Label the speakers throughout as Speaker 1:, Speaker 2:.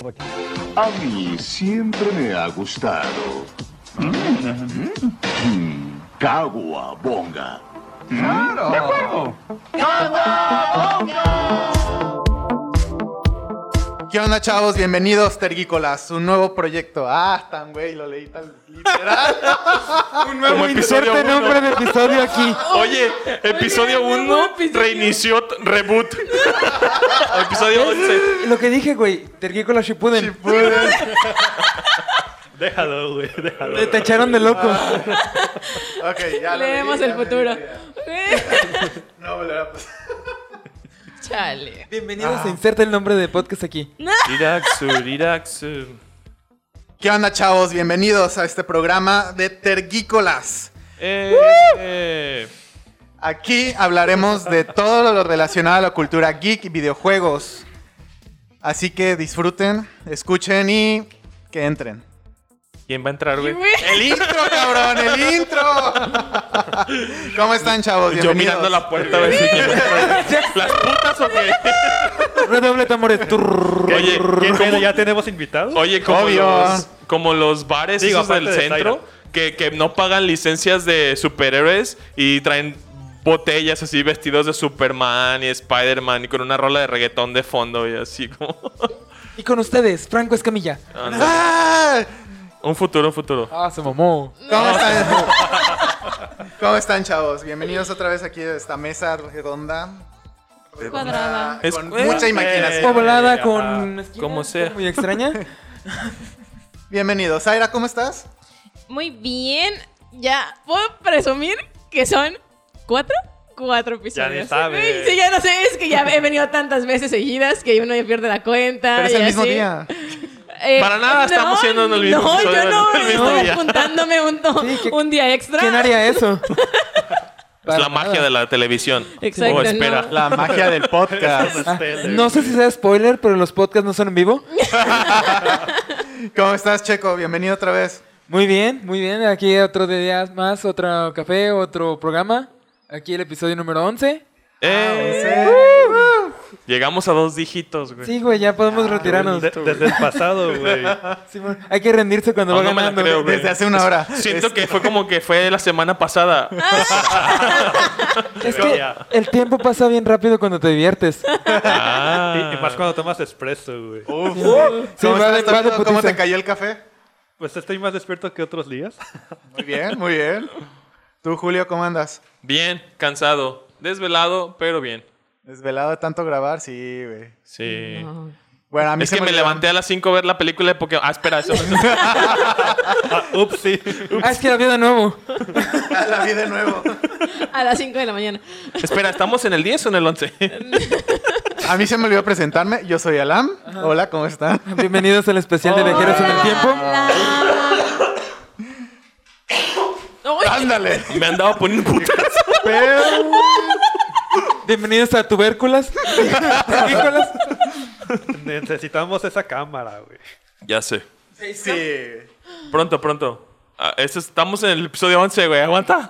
Speaker 1: por aquí.
Speaker 2: A mí siempre me ha gustado. Mm, Cagua Bonga.
Speaker 3: ¡De acuerdo!
Speaker 4: ¿Qué onda, chavos? Bienvenidos, Tergícolas, un nuevo proyecto. Ah, tan güey, lo leí tan literal. un nuevo
Speaker 5: Como episodio
Speaker 4: intento.
Speaker 5: uno.
Speaker 4: nombre de episodio aquí.
Speaker 5: Oye, episodio
Speaker 6: nuevo
Speaker 5: 1
Speaker 6: episodio.
Speaker 5: reinició t- reboot. episodio 11.
Speaker 1: Lo que dije, güey, Tergícola Shippuden.
Speaker 3: Déjalo, güey, déjalo.
Speaker 1: Te, te echaron de loco.
Speaker 4: Ok, ya lo
Speaker 6: Leemos
Speaker 4: leí, ya
Speaker 6: el
Speaker 4: lo
Speaker 6: futuro.
Speaker 4: leí, ya. No volverá a pasar.
Speaker 6: Chale.
Speaker 1: Bienvenidos a Inserta el nombre de podcast aquí.
Speaker 5: Iraxu, Iraxu.
Speaker 4: ¿Qué onda, chavos? Bienvenidos a este programa de Tergícolas.
Speaker 5: Eh, eh.
Speaker 4: Aquí hablaremos de todo lo relacionado a la cultura geek y videojuegos. Así que disfruten, escuchen y que entren.
Speaker 5: ¿Quién va a entrar, güey?
Speaker 6: Güey.
Speaker 4: ¡El intro, cabrón! ¡El intro! ¿Cómo están, chavos?
Speaker 5: Yo
Speaker 4: Bienvenidos.
Speaker 5: mirando la puerta a ver si quién va a entrar. ¿Las putas o qué?
Speaker 1: Redoble tambores. Turr.
Speaker 5: Oye,
Speaker 3: ¿Qué
Speaker 5: ¿qué-
Speaker 3: pedo?
Speaker 5: cómo-
Speaker 3: ¿Ya tenemos invitados?
Speaker 5: oye, como
Speaker 4: Obvio.
Speaker 5: los, como los bares
Speaker 3: Digo,
Speaker 5: esos del
Speaker 3: aparte de
Speaker 5: centro que, que no pagan licencias de superhéroes y traen botellas así vestidos de Superman y Spider-Man y con una rola de reggaetón de fondo y así como...
Speaker 1: Y con ustedes, Franco Escamilla.
Speaker 5: Anda.
Speaker 4: ¡Ah!
Speaker 5: Un futuro, un futuro.
Speaker 1: Ah, se mamó.
Speaker 4: ¿Cómo están? ¿Cómo están, chavos? Bienvenidos otra vez aquí a esta mesa redonda. Ah,
Speaker 6: Cuadrada.
Speaker 5: Es-
Speaker 4: con
Speaker 5: eh,
Speaker 4: mucha imaginación.
Speaker 1: Poblada
Speaker 3: Ajá.
Speaker 1: con esquinas,
Speaker 5: Como sea.
Speaker 1: Muy extraña.
Speaker 4: Bienvenidos. Zaira, ¿cómo estás?
Speaker 6: Muy bien. Ya puedo presumir que son cuatro. Cuatro episodios.
Speaker 3: ni sabes.
Speaker 6: Güey, Sí, ya no sé, es que ya he venido tantas veces seguidas que uno ya pierde la cuenta.
Speaker 4: Pero es
Speaker 6: y
Speaker 4: el mismo
Speaker 6: así.
Speaker 4: día.
Speaker 6: Eh,
Speaker 5: Para nada estamos siendo en el mismo
Speaker 6: No,
Speaker 5: episodio,
Speaker 6: yo no,
Speaker 5: en el mismo
Speaker 6: estoy
Speaker 5: día.
Speaker 6: apuntándome un, to-
Speaker 1: Sí, ¿qué-
Speaker 6: un día extra.
Speaker 1: ¿Quién haría eso?
Speaker 5: Es la magia de la televisión.
Speaker 6: Exacto,
Speaker 5: Oh, espera.
Speaker 6: no.
Speaker 4: La magia del podcast.
Speaker 1: Ah, no sé si sea spoiler, pero los podcasts no son en vivo.
Speaker 4: ¿Cómo estás, Checo? Bienvenido otra vez.
Speaker 1: Muy bien, muy bien. Aquí otro día más, otro café, otro programa. Aquí el episodio número 11.
Speaker 5: Eh, llegamos a dos dígitos, güey.
Speaker 1: Sí, güey, ya podemos retirarnos.
Speaker 3: De- desde el pasado, güey.
Speaker 1: Simón, hay que rendirse cuando
Speaker 5: Aún
Speaker 1: va
Speaker 5: no me la
Speaker 1: ganando.
Speaker 5: creo, güey.
Speaker 4: Desde hace una hora.
Speaker 5: Siento que fue como que fue la semana pasada.
Speaker 1: Es
Speaker 3: Creo
Speaker 1: que
Speaker 3: ya.
Speaker 1: el tiempo pasa bien rápido cuando te diviertes.
Speaker 3: Y,
Speaker 5: Ah.
Speaker 3: y más cuando tomas expreso, güey.
Speaker 4: Uf.
Speaker 1: Sí,
Speaker 4: ¿Cómo,
Speaker 1: va de-
Speaker 4: estás,
Speaker 1: va de
Speaker 4: Toledo? ¿Cómo
Speaker 1: putiza.
Speaker 4: te cayó el café?
Speaker 3: Pues estoy más despierto que otros días.
Speaker 4: Muy bien, muy bien. ¿Tú, Julio, cómo andas?
Speaker 5: Bien, cansado, desvelado, pero bien.
Speaker 4: ¿Desvelado de tanto grabar? Sí, güey.
Speaker 5: Sí.
Speaker 4: Bueno, a mí
Speaker 5: Es
Speaker 4: se
Speaker 5: que me
Speaker 4: olvidó.
Speaker 5: levanté a las 5 a ver la película de Pokémon. Ah, espera, eso.
Speaker 3: Ah, ups, sí.
Speaker 1: Ah, es que la vio de nuevo.
Speaker 4: La vi de nuevo.
Speaker 6: A las 5 de la mañana.
Speaker 5: espera, ¿estamos en el 10 o en el 11?
Speaker 4: A mí se me olvidó presentarme. Yo soy Alam. Hola, ¿cómo están?
Speaker 1: Bienvenidos al especial de Viajeros
Speaker 5: Ah.
Speaker 1: en el Tiempo.
Speaker 6: Uy,
Speaker 4: Ándale.
Speaker 5: me han dado poniendo putas.
Speaker 4: Pero...
Speaker 1: Bienvenidos a Tubérculas. Tubérculas.
Speaker 3: Necesitamos esa cámara, güey.
Speaker 5: Ya sé.
Speaker 4: Sí.
Speaker 5: Pronto, pronto. Ah, este- estamos en el episodio 11, güey. Aguanta.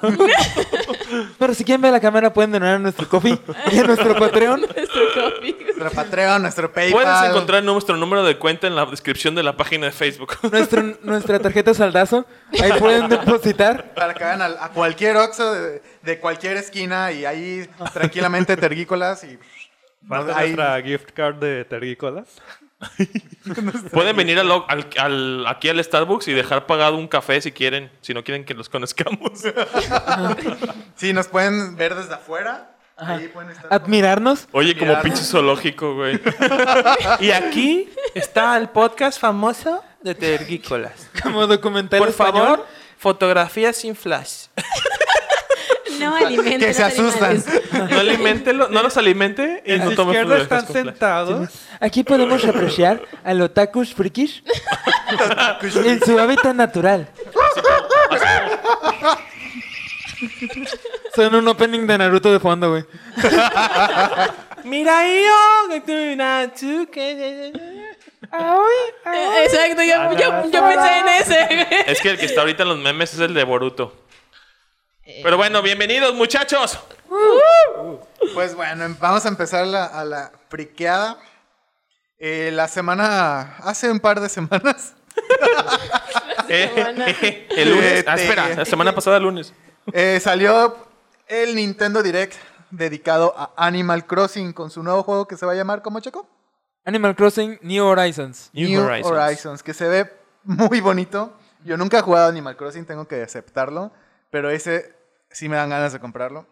Speaker 1: Pero si quieren ver la cámara, pueden donar a nuestro coffee y a nuestro Patreon.
Speaker 6: nuestro copy.
Speaker 4: Nuestro Patreon, nuestro PayPal.
Speaker 5: Puedes encontrar nuestro número de cuenta en la descripción de la página de Facebook.
Speaker 1: Nuestro, nuestra tarjeta saldazo. Ahí pueden depositar.
Speaker 4: Para que vayan al- a, cualquier Oxxo de, de cualquier esquina y ahí tranquilamente tergícolas y...
Speaker 3: Falta
Speaker 4: Ahí-
Speaker 3: nuestra gift card de Tergícolas.
Speaker 5: Pueden venir al, al- al- aquí al Starbucks y dejar pagado un café si quieren, si no quieren que los conozcamos.
Speaker 4: Sí, nos pueden ver desde afuera. Ahí pueden estar...
Speaker 5: Ah,
Speaker 1: Admirarnos.
Speaker 5: Oye, como
Speaker 4: Mirad.
Speaker 5: pinche zoológico, güey.
Speaker 7: Y aquí está el podcast famoso de Tergícolas.
Speaker 1: Como documental
Speaker 7: Por
Speaker 1: español.
Speaker 7: favor, fotografías sin flash.
Speaker 6: No alimenten.
Speaker 4: Que se
Speaker 6: los
Speaker 4: asustan.
Speaker 6: animales.
Speaker 5: No, aliméntelo- no los alimente y
Speaker 3: En
Speaker 5: no
Speaker 3: su
Speaker 5: tome
Speaker 3: izquierda
Speaker 5: fotografías
Speaker 3: están
Speaker 5: con flash.
Speaker 3: sentados.
Speaker 1: Aquí podemos apreciar a los otakus frikis en su hábitat natural. Son un opening de Naruto de fondo, güey.
Speaker 7: Mira yo, que tú na- tú que-
Speaker 6: Eh, Exacto, yo, yo, yo pensé en ese.
Speaker 5: Es que el que está ahorita en los memes es el de Boruto. Pero bueno, bienvenidos, muchachos.
Speaker 4: Pues bueno, em- vamos a empezar la- a la friqueada. Eh, la semana, hace un par de semanas,
Speaker 5: Eh, eh, eh, el lunes. Ah, espera, la semana pasada, lunes.
Speaker 4: eh, salió el Nintendo Direct dedicado a Animal Crossing con su nuevo juego que se va a llamar, ¿cómo checo?
Speaker 1: Animal Crossing New Horizons.
Speaker 7: New Horizons.
Speaker 4: que se ve muy bonito. Yo nunca he jugado a Animal Crossing, tengo que aceptarlo, pero ese sí me dan ganas de comprarlo.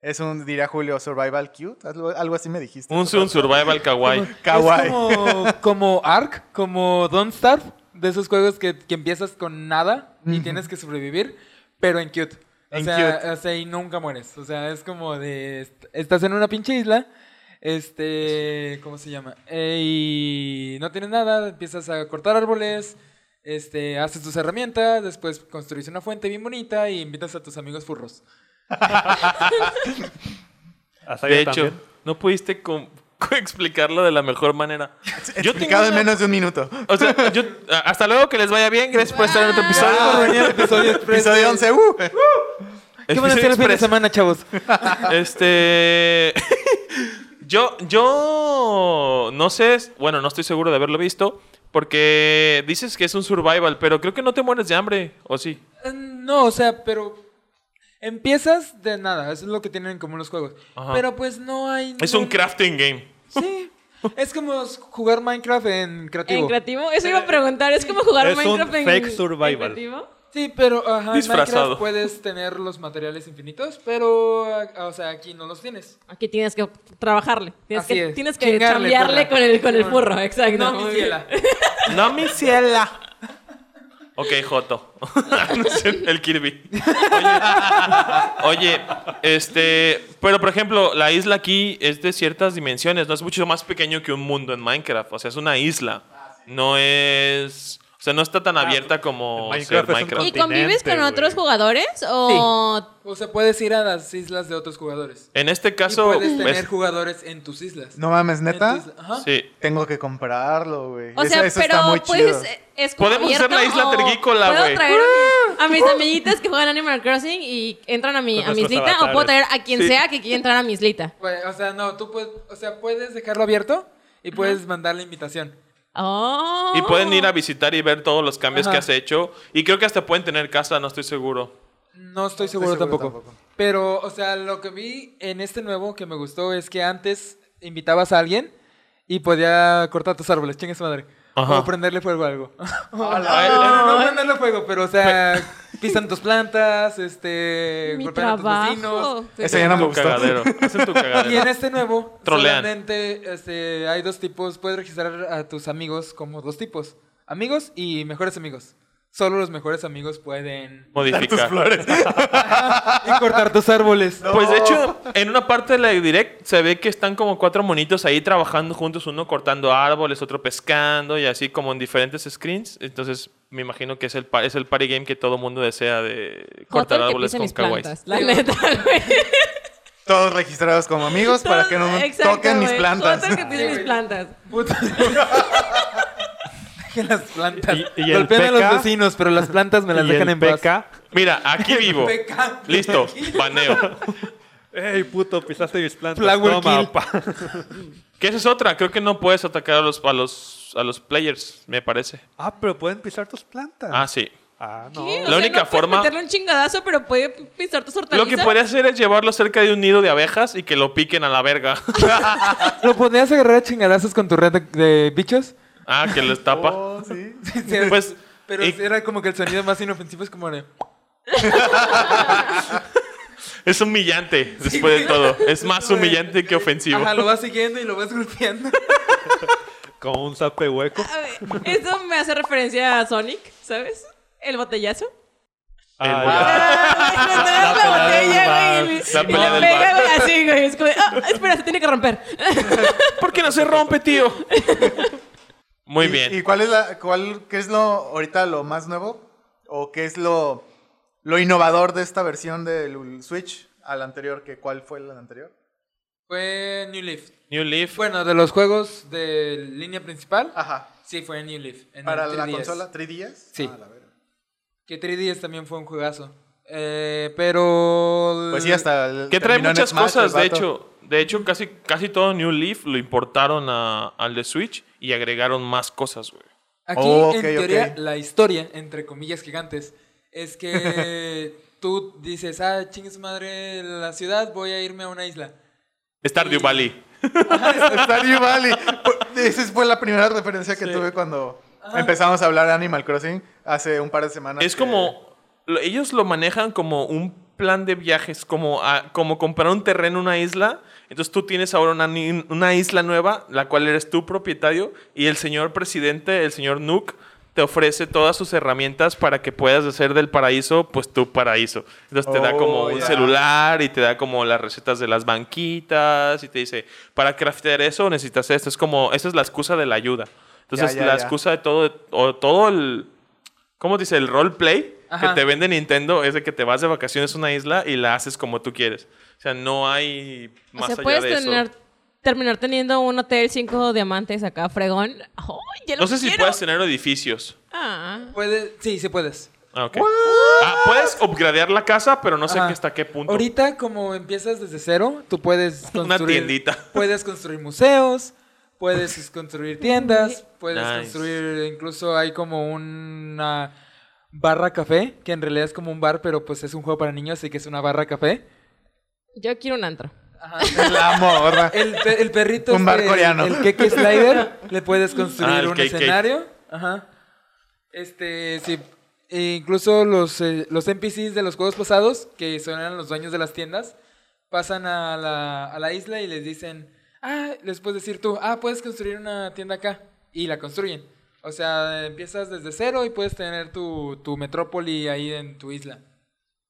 Speaker 4: Es un, diría Julio, survival cute, algo, algo así me dijiste.
Speaker 5: Un Zoom Survival Kawaii.
Speaker 4: Kawaii.
Speaker 1: Es como, como Ark, como Don't Starve, de esos juegos que, que empiezas con nada y tienes que sobrevivir, pero en cute. O
Speaker 4: En
Speaker 1: sea, o sea, y nunca mueres. O sea, es como de. est- Estás en una pinche isla. Este. ¿Cómo se llama? Eh, y no tienes nada. Empiezas a cortar árboles. Este. Haces tus herramientas. Después construyes una fuente bien bonita. Y invitas a tus amigos furros.
Speaker 3: A Saga
Speaker 5: De hecho,
Speaker 3: también.
Speaker 5: no pudiste com- explicarlo de la mejor manera. Yo tengo
Speaker 4: Explicado en
Speaker 5: una-
Speaker 4: menos de un minuto.
Speaker 5: O sea, yo- hasta luego, que les vaya bien. Gracias por estar en otro episodio.
Speaker 1: Ah,
Speaker 4: Episodio 11, ¡uh!
Speaker 1: ¿Qué van a hacer el fin de semana, chavos?
Speaker 5: Este. yo, yo. No sé. Bueno, no estoy seguro de haberlo visto. Porque dices que es un survival, pero creo que no te mueres de hambre, ¿o sí?
Speaker 1: Eh, No, o sea, pero empiezas de nada, eso es lo que tienen en común los juegos.
Speaker 5: Ajá.
Speaker 1: Pero pues no hay...
Speaker 5: Es
Speaker 1: no-
Speaker 5: un crafting game.
Speaker 1: Sí, es como jugar Minecraft en creativo.
Speaker 6: En creativo, eso iba a preguntar, es como jugar
Speaker 3: Es un
Speaker 6: Minecraft en
Speaker 3: fake
Speaker 6: en
Speaker 3: survival.
Speaker 6: creativo.
Speaker 1: Sí, pero ajá, en
Speaker 5: Disfrazado.
Speaker 1: Minecraft puedes tener los materiales infinitos, pero ah, o sea, aquí no los tienes.
Speaker 6: Aquí tienes que trabajarle, tienes
Speaker 1: Así
Speaker 6: que,
Speaker 1: es.
Speaker 6: tienes que
Speaker 1: Chingarle,
Speaker 6: chambearle
Speaker 1: porra.
Speaker 6: con el, con el furro, exacto.
Speaker 1: No,
Speaker 6: muy
Speaker 1: mi
Speaker 6: bien.
Speaker 1: ciela.
Speaker 7: No, mi ciela.
Speaker 5: Ok, Joto. No es cierto, el Kirby. Oye, oye, este. Pero por ejemplo, la isla aquí es de ciertas dimensiones. No es mucho más pequeño que un mundo en Minecraft. O sea, es una isla. No es. O sea, no está tan abierta como
Speaker 3: Minecraft
Speaker 5: ser
Speaker 3: es un
Speaker 5: Minecraft.
Speaker 6: ¿Y convives con
Speaker 3: Continente,
Speaker 6: otros
Speaker 3: güey.
Speaker 6: jugadores o
Speaker 1: O sea, puedes ir a las islas de otros jugadores.
Speaker 5: En este
Speaker 1: Y
Speaker 5: caso,
Speaker 1: puedes tener
Speaker 5: es-
Speaker 1: jugadores en tus islas.
Speaker 4: No mames,
Speaker 1: En
Speaker 4: ¿neta?
Speaker 1: tus islas, ajá.
Speaker 5: sí.
Speaker 4: Tengo que comprarlo, güey.
Speaker 6: O
Speaker 4: Eso-
Speaker 6: sea,
Speaker 4: eso
Speaker 6: pero
Speaker 4: está muy
Speaker 6: pues
Speaker 4: chido.
Speaker 6: es como
Speaker 5: Podemos hacer
Speaker 6: abierto
Speaker 5: la isla
Speaker 6: o
Speaker 5: terrícola, güey.
Speaker 6: Puedo traer a mis- a mis amiguitas que juegan Animal Crossing y entran a mi,
Speaker 3: Con
Speaker 6: a mi
Speaker 3: nuestros
Speaker 6: islita o puedo
Speaker 3: avatares.
Speaker 6: traer a quien sea que quiera entrar a mi islita.
Speaker 1: Pues, O sea, no, tú puedes, o sea, puedes dejarlo abierto y puedes mandar la invitación.
Speaker 6: Oh.
Speaker 5: Y pueden ir a visitar y ver todos los cambios que
Speaker 1: Ajá.
Speaker 5: has hecho. Y creo que hasta pueden tener casa, no estoy seguro.
Speaker 1: No estoy seguro,
Speaker 4: seguro
Speaker 1: tampoco.
Speaker 4: tampoco.
Speaker 1: Pero, o sea, lo que vi en este nuevo que me gustó es que antes invitabas a alguien y podía cortar tus árboles, chingue su madre.
Speaker 5: Ajá.
Speaker 1: O prenderle fuego a algo.
Speaker 5: Ay, eh,
Speaker 1: Bueno, no prenderle fuego, pero, o sea, pisan tus plantas, este,
Speaker 6: Mi
Speaker 1: golpean a tus
Speaker 6: trabajo.
Speaker 1: vecinos.
Speaker 4: Eso ya no me
Speaker 5: tu
Speaker 4: gustó.
Speaker 5: cagadero. Hacen tu cagadero.
Speaker 1: Y en este nuevo,
Speaker 5: Trolean.
Speaker 1: solamente este, hay dos tipos. Puedes registrar a tus amigos como dos tipos: amigos y mejores amigos. Solo los mejores amigos pueden.
Speaker 5: Modificar.
Speaker 1: Y cortar tus árboles.
Speaker 5: Pues de hecho, en una parte de la direct se ve que están como cuatro monitos ahí trabajando juntos, uno cortando árboles, otro pescando y así como en diferentes screens. Entonces me imagino que es el, pa- es el party game que todo mundo desea de
Speaker 6: Joto
Speaker 5: cortar
Speaker 6: que
Speaker 5: árboles
Speaker 6: pise
Speaker 5: con
Speaker 6: mis
Speaker 5: kawaiis.
Speaker 6: plantas, La neta, güey.
Speaker 4: Todos registrados como amigos para que no
Speaker 6: Exacto,
Speaker 4: toquen mis
Speaker 6: güey.
Speaker 4: plantas.
Speaker 6: Joto que pise mis plantas.
Speaker 1: Puta. Dejen las plantas.
Speaker 3: Y- y el
Speaker 1: Golpean a los
Speaker 3: PK.
Speaker 1: vecinos, pero las plantas me las
Speaker 3: Y
Speaker 1: dejan
Speaker 3: el
Speaker 1: en paz.
Speaker 3: PK.
Speaker 5: Mira, aquí vivo.
Speaker 1: PK.
Speaker 5: Listo, baneo.
Speaker 3: Ey, puto, pisaste mis plantas.
Speaker 1: Flower
Speaker 3: Toma,
Speaker 1: kill.
Speaker 3: pa.
Speaker 5: Que esa es otra, creo que no puedes atacar a los, a los, a los players, me parece.
Speaker 3: Ah, pero pueden pisar tus plantas.
Speaker 5: Ah, sí.
Speaker 3: Ah,
Speaker 6: ¿Qué?
Speaker 3: no.
Speaker 6: O
Speaker 5: La
Speaker 6: sea,
Speaker 5: única
Speaker 6: no puedes
Speaker 5: forma-
Speaker 6: meterle un chingadazo, pero puede pisar tus hortalizas.
Speaker 5: Lo que podría hacer es llevarlo cerca de un nido de abejas y que lo piquen a la verga.
Speaker 1: ¿Lo podrías agarrar a chingadazos con tu red de, de bichos?
Speaker 5: ah, que les tapa.
Speaker 4: Oh, sí.
Speaker 5: Pues,
Speaker 1: pero
Speaker 5: y-
Speaker 1: era como que el sonido más inofensivo es como de...
Speaker 5: Es humillante, después de todo. Es más humillante que ofensivo.
Speaker 1: Ajá, lo vas siguiendo y lo vas golpeando.
Speaker 3: Con un zape hueco.
Speaker 6: A ver, Eso me hace referencia a Sonic, ¿sabes? El botellazo.
Speaker 3: Ah,
Speaker 5: El-
Speaker 3: ya.
Speaker 6: No, no, la
Speaker 3: pelea
Speaker 6: botella,
Speaker 3: del
Speaker 6: güey.
Speaker 5: La
Speaker 6: y
Speaker 5: pelea
Speaker 6: le
Speaker 5: del
Speaker 6: pega,
Speaker 5: bar.
Speaker 6: güey, así, güey. Es como, de, ah, espera, se tiene que romper.
Speaker 5: ¿Por qué no se rompe, tío? Muy
Speaker 4: ¿Y-
Speaker 5: bien.
Speaker 4: ¿Y cuál es la, cuál, qué es lo ahorita lo más nuevo? ¿O qué es lo, lo innovador de esta versión del Switch al anterior? Que, ¿Cuál fue el anterior?
Speaker 1: Fue New Leaf.
Speaker 5: New Leaf.
Speaker 1: Bueno, de los juegos de línea principal,
Speaker 4: Ajá.
Speaker 1: sí fue New Leaf. en
Speaker 4: ¿Para
Speaker 1: el
Speaker 4: la
Speaker 1: 3DS.
Speaker 4: consola? ¿3 días?
Speaker 1: Sí.
Speaker 4: Ah, la verga.
Speaker 1: Que 3DS también fue un juegazo. Eh, pero...
Speaker 4: Pues sí, hasta el.
Speaker 5: Que trae
Speaker 4: terminó en
Speaker 5: muchas
Speaker 4: Smash, el
Speaker 5: cosas, de
Speaker 4: vato.
Speaker 5: hecho. De hecho, casi, casi todo New Leaf lo importaron a- al de Switch. y agregaron más cosas, güey.
Speaker 1: Aquí,
Speaker 4: Oh, ok,
Speaker 1: en teoría,
Speaker 4: ok.
Speaker 1: la historia, entre comillas gigantes, es que tú dices, ah, chingue su madre la ciudad, voy a irme a una isla.
Speaker 5: Stardew
Speaker 1: Y-
Speaker 5: Valley.
Speaker 4: Stardew Valley. Por- Esa fue la primera referencia que
Speaker 1: Sí.
Speaker 4: tuve cuando
Speaker 6: Ah.
Speaker 1: Ajá.
Speaker 4: empezamos a hablar de Animal Crossing hace un par de semanas.
Speaker 5: Es
Speaker 4: que-
Speaker 5: como. lo- Ellos lo manejan como un plan de viajes, como, a- como comprar un terreno en una isla. Entonces tú tienes ahora una, ni- una isla nueva, la cual eres tú propietario, y el señor presidente, el señor Nook, te ofrece todas sus herramientas para que puedas hacer del paraíso, pues tu paraíso. Entonces te da
Speaker 4: Oh,
Speaker 5: como un
Speaker 4: ya.
Speaker 5: celular y te da como las recetas de las banquitas y te dice, para craftear eso necesitas esto. Es como, esa es la excusa de la ayuda. Entonces
Speaker 4: Ya, ya,
Speaker 5: la
Speaker 4: ya.
Speaker 5: excusa de todo, o todo el, ¿Cómo dice? El roleplay
Speaker 1: Ajá.
Speaker 5: que te vende Nintendo es de que te vas de vacaciones a una isla y la haces como tú quieres. O sea, no hay más
Speaker 6: o sea,
Speaker 5: allá
Speaker 6: puedes
Speaker 5: de
Speaker 6: tener-
Speaker 5: eso.
Speaker 6: terminar teniendo un hotel cinco diamantes acá, fregón. ¡Ay, ya lo
Speaker 5: No sé si
Speaker 6: quiero!
Speaker 5: puedes tener edificios.
Speaker 6: Ah.
Speaker 1: Puedes, sí, sí puedes.
Speaker 5: Ah, ok. Ah, puedes upgradear la casa, pero no sé
Speaker 1: Ajá.
Speaker 5: que hasta qué punto.
Speaker 1: Ahorita, como empiezas desde cero, tú puedes construir...
Speaker 5: Una tiendita.
Speaker 1: Puedes construir museos, puedes construir tiendas, puedes
Speaker 5: Nice.
Speaker 1: construir... Incluso hay como una barra café, que en realidad es como un bar, pero pues es un juego para niños, así que es una barra café.
Speaker 6: Yo quiero un antro.
Speaker 4: La morra.
Speaker 1: El, pe- el perrito.
Speaker 4: Un
Speaker 1: este,
Speaker 4: bar
Speaker 1: el-
Speaker 4: coreano.
Speaker 1: El, Keke Slider. Le puedes construir
Speaker 5: Ah, el
Speaker 1: un
Speaker 5: Cake Cake.
Speaker 1: escenario. Ajá. Este, sí. e incluso los, eh, los NPCs de los juegos pasados, que son eran los dueños de las tiendas, pasan a la, a la isla y les dicen. Ah, les puedes decir tú, ah, puedes construir una tienda acá. Y la construyen. O sea, empiezas desde cero y puedes tener tu, tu metrópoli ahí en tu isla.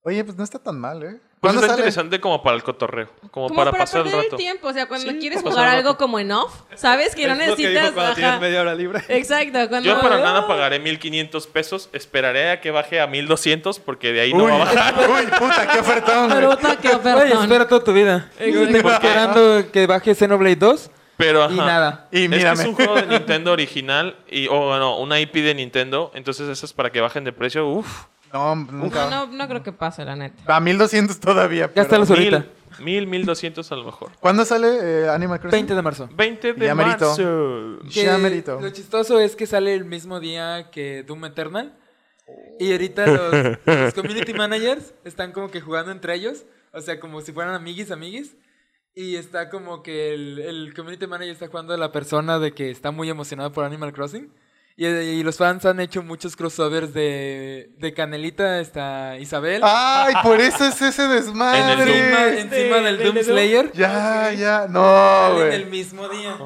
Speaker 4: Oye, pues no está tan mal, ¿eh?
Speaker 5: Pues
Speaker 4: ¿Cuándo
Speaker 5: está
Speaker 4: sale?
Speaker 5: interesante como para el cotorreo. Como,
Speaker 6: Como
Speaker 5: para, pasar el
Speaker 6: perder
Speaker 5: rato.
Speaker 6: tiempo, o sea, cuando
Speaker 5: Sí,
Speaker 6: quieres
Speaker 5: para
Speaker 6: jugar
Speaker 5: pasar el
Speaker 6: algo
Speaker 5: rato.
Speaker 6: como en off, sabes que no
Speaker 3: Es lo que dijo
Speaker 6: necesitas.
Speaker 3: cuando tienes
Speaker 6: ajá.
Speaker 3: media hora libre.
Speaker 6: Exacto, cuando
Speaker 5: Yo para nada
Speaker 6: Ah.
Speaker 5: pagaré 1500 pesos. Esperaré a que baje a 1200 porque de ahí no
Speaker 4: Uy,
Speaker 5: va a bajar.
Speaker 4: uy, puta, qué ofertón.
Speaker 6: Pero puta, qué ofertón.
Speaker 1: Güey, espera toda tu vida. Yo
Speaker 6: Exacto.
Speaker 1: tengo esperando que baje Xenoblade 2
Speaker 5: Pero ajá.
Speaker 1: y nada.
Speaker 4: Y
Speaker 5: Es, que
Speaker 4: mírame.
Speaker 5: es un juego de Nintendo original y o no, una IP de Nintendo, entonces esas para que bajen de precio, uff,
Speaker 4: No, nunca.
Speaker 6: No, no, no creo que pase, la neta.
Speaker 4: A 1200 todavía.
Speaker 1: Ya está
Speaker 4: pero-
Speaker 1: los ahorita.
Speaker 5: mil, mil, mil doscientos a lo mejor.
Speaker 4: ¿Cuándo sale eh, Animal Crossing?
Speaker 1: 20 de marzo.
Speaker 5: 20 de
Speaker 4: Ya merito.
Speaker 5: marzo.
Speaker 1: Que
Speaker 4: Ya merito.
Speaker 1: Lo chistoso es que sale el mismo día que Doom Eternal. Y ahorita los, los community managers están como que jugando entre ellos. O sea, como si fueran amiguis, amiguis. Y está como que el, el community manager está jugando a la persona de que está muy emocionado por Animal Crossing. Y, y los fans han hecho muchos crossovers de, de Canelita, está Isabel.
Speaker 4: Ay, por eso es ese
Speaker 5: En el
Speaker 1: encima,
Speaker 4: desmadre.
Speaker 1: encima del Doom Slayer.
Speaker 4: Ya, ya. No,
Speaker 1: En el
Speaker 4: güey.
Speaker 1: mismo día.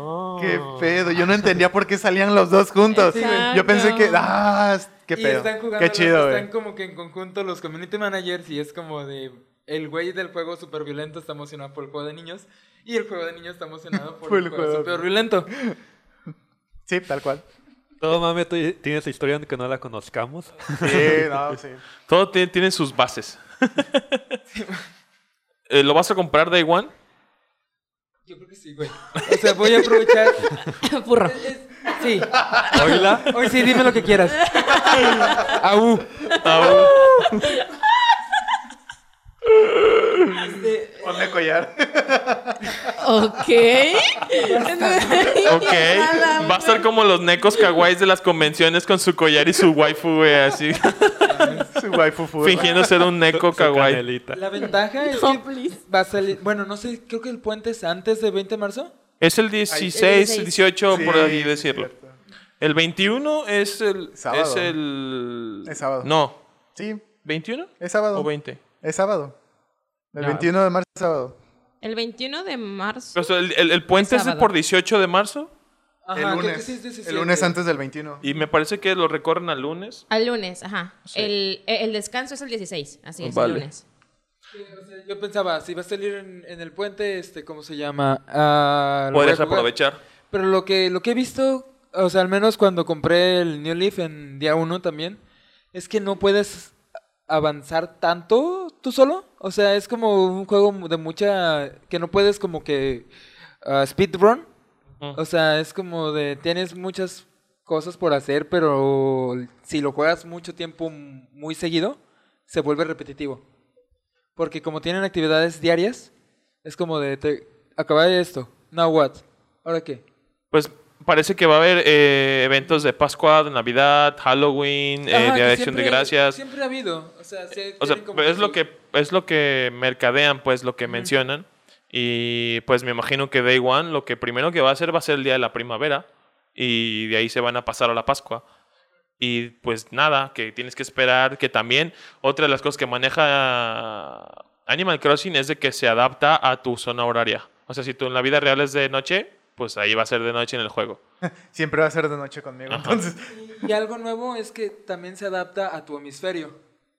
Speaker 4: Qué pedo. Yo no entendía por qué salían los dos juntos.
Speaker 6: Exacto.
Speaker 4: Yo pensé que. Ah, qué
Speaker 1: y
Speaker 4: pedo.
Speaker 1: están jugando,
Speaker 4: Qué
Speaker 1: los-
Speaker 4: chido,
Speaker 1: están
Speaker 4: güey.
Speaker 1: como que en conjunto los community managers y es como de el güey del juego super violento está emocionado por el juego de niños y el juego de niños está emocionado por, el juego super violento.
Speaker 4: Sí, tal cual.
Speaker 3: Todo mame tú- tiene esa historia aunque no la conozcamos.
Speaker 4: Sí, no, sí.
Speaker 5: Todo tiene, tiene sus bases. Eh, ¿Lo vas a comprar Day One?
Speaker 1: Yo creo que sí, güey. O sea, voy a aprovechar.
Speaker 6: Burro.
Speaker 1: Es- Sí. Hoy sí, dime lo que quieras. Au. Este,
Speaker 4: Ponle collar.
Speaker 6: Ok.
Speaker 5: Ok. Va a estar como los necos kawaiis de las convenciones con su collar y su waifu, güey, así.
Speaker 4: Su waifu furro.
Speaker 5: fingiendo ser un neko
Speaker 3: Su
Speaker 5: kawaii.
Speaker 3: canelita.
Speaker 1: la ventaja es
Speaker 6: No,
Speaker 1: que
Speaker 6: please.
Speaker 1: va a salir. Bueno, no sé, creo que el puente es antes de 20 de marzo.
Speaker 5: Es el 16,
Speaker 6: 16.
Speaker 5: 18, por ahí
Speaker 4: Sí,
Speaker 5: decirlo.
Speaker 4: cierto.
Speaker 5: El 21 es el.
Speaker 4: Sábado.
Speaker 5: Es el.
Speaker 4: Es sábado.
Speaker 5: No.
Speaker 4: Sí,
Speaker 5: ¿21?
Speaker 4: es sábado.
Speaker 5: ¿O 20?
Speaker 4: Es sábado. El
Speaker 5: No.
Speaker 4: 21 de marzo es sábado.
Speaker 6: El 21 de marzo.
Speaker 5: O sea, el, el- el puente es
Speaker 6: Sábado.
Speaker 5: por 18 de marzo
Speaker 1: Ajá,
Speaker 4: el
Speaker 1: creo que
Speaker 4: lunes.
Speaker 1: sí es 17.
Speaker 4: el lunes antes del 21.
Speaker 5: y me parece que lo recorren al lunes.
Speaker 6: Al lunes, ajá. El, eh, el descanso es el 16, así es,
Speaker 5: Vale.
Speaker 6: el lunes.
Speaker 1: Sí, o sea, Yo pensaba, si va a salir en, en el puente, este, ¿cómo se llama? Ah, lo voy a
Speaker 5: Podrías
Speaker 1: jugar.
Speaker 5: aprovechar.
Speaker 1: Pero lo que, lo que he visto, o sea, al menos cuando compré el New Leaf en día 1 también, es que no puedes avanzar tanto tú solo. O sea, es como un juego de mucha... que no puedes como que ah, speedrun.
Speaker 5: Ujú.
Speaker 1: O sea, es como de... tienes muchas cosas por hacer, pero si lo juegas mucho tiempo m- muy seguido, se vuelve repetitivo. Porque como tienen actividades diarias, es como de... Te, acaba de esto, now what, ahora qué.
Speaker 5: Pues parece que va a haber eh, eventos de Pascua, de Navidad, Halloween, eh,
Speaker 1: Ajá,
Speaker 5: Día
Speaker 1: que
Speaker 5: de Acción
Speaker 1: siempre-
Speaker 5: de Gracias. Eh,
Speaker 1: Siempre ha habido. O sea, se
Speaker 5: O sea,
Speaker 1: tienen como
Speaker 5: es lo
Speaker 1: sus-
Speaker 5: que es lo que mercadean, pues lo que mencionan. Y pues me imagino que Day One lo que primero que va a hacer va a ser el día de la primavera y de ahí se van a pasar a la Pascua. Y pues nada, que tienes que esperar que también otra de las cosas que maneja Animal Crossing es de que se adapta a tu zona horaria. O sea, si tú en la vida real es de noche, pues ahí va a ser de noche en el juego.
Speaker 4: Siempre va a ser de noche conmigo, entonces.
Speaker 1: Y algo nuevo es que también se adapta a tu hemisferio.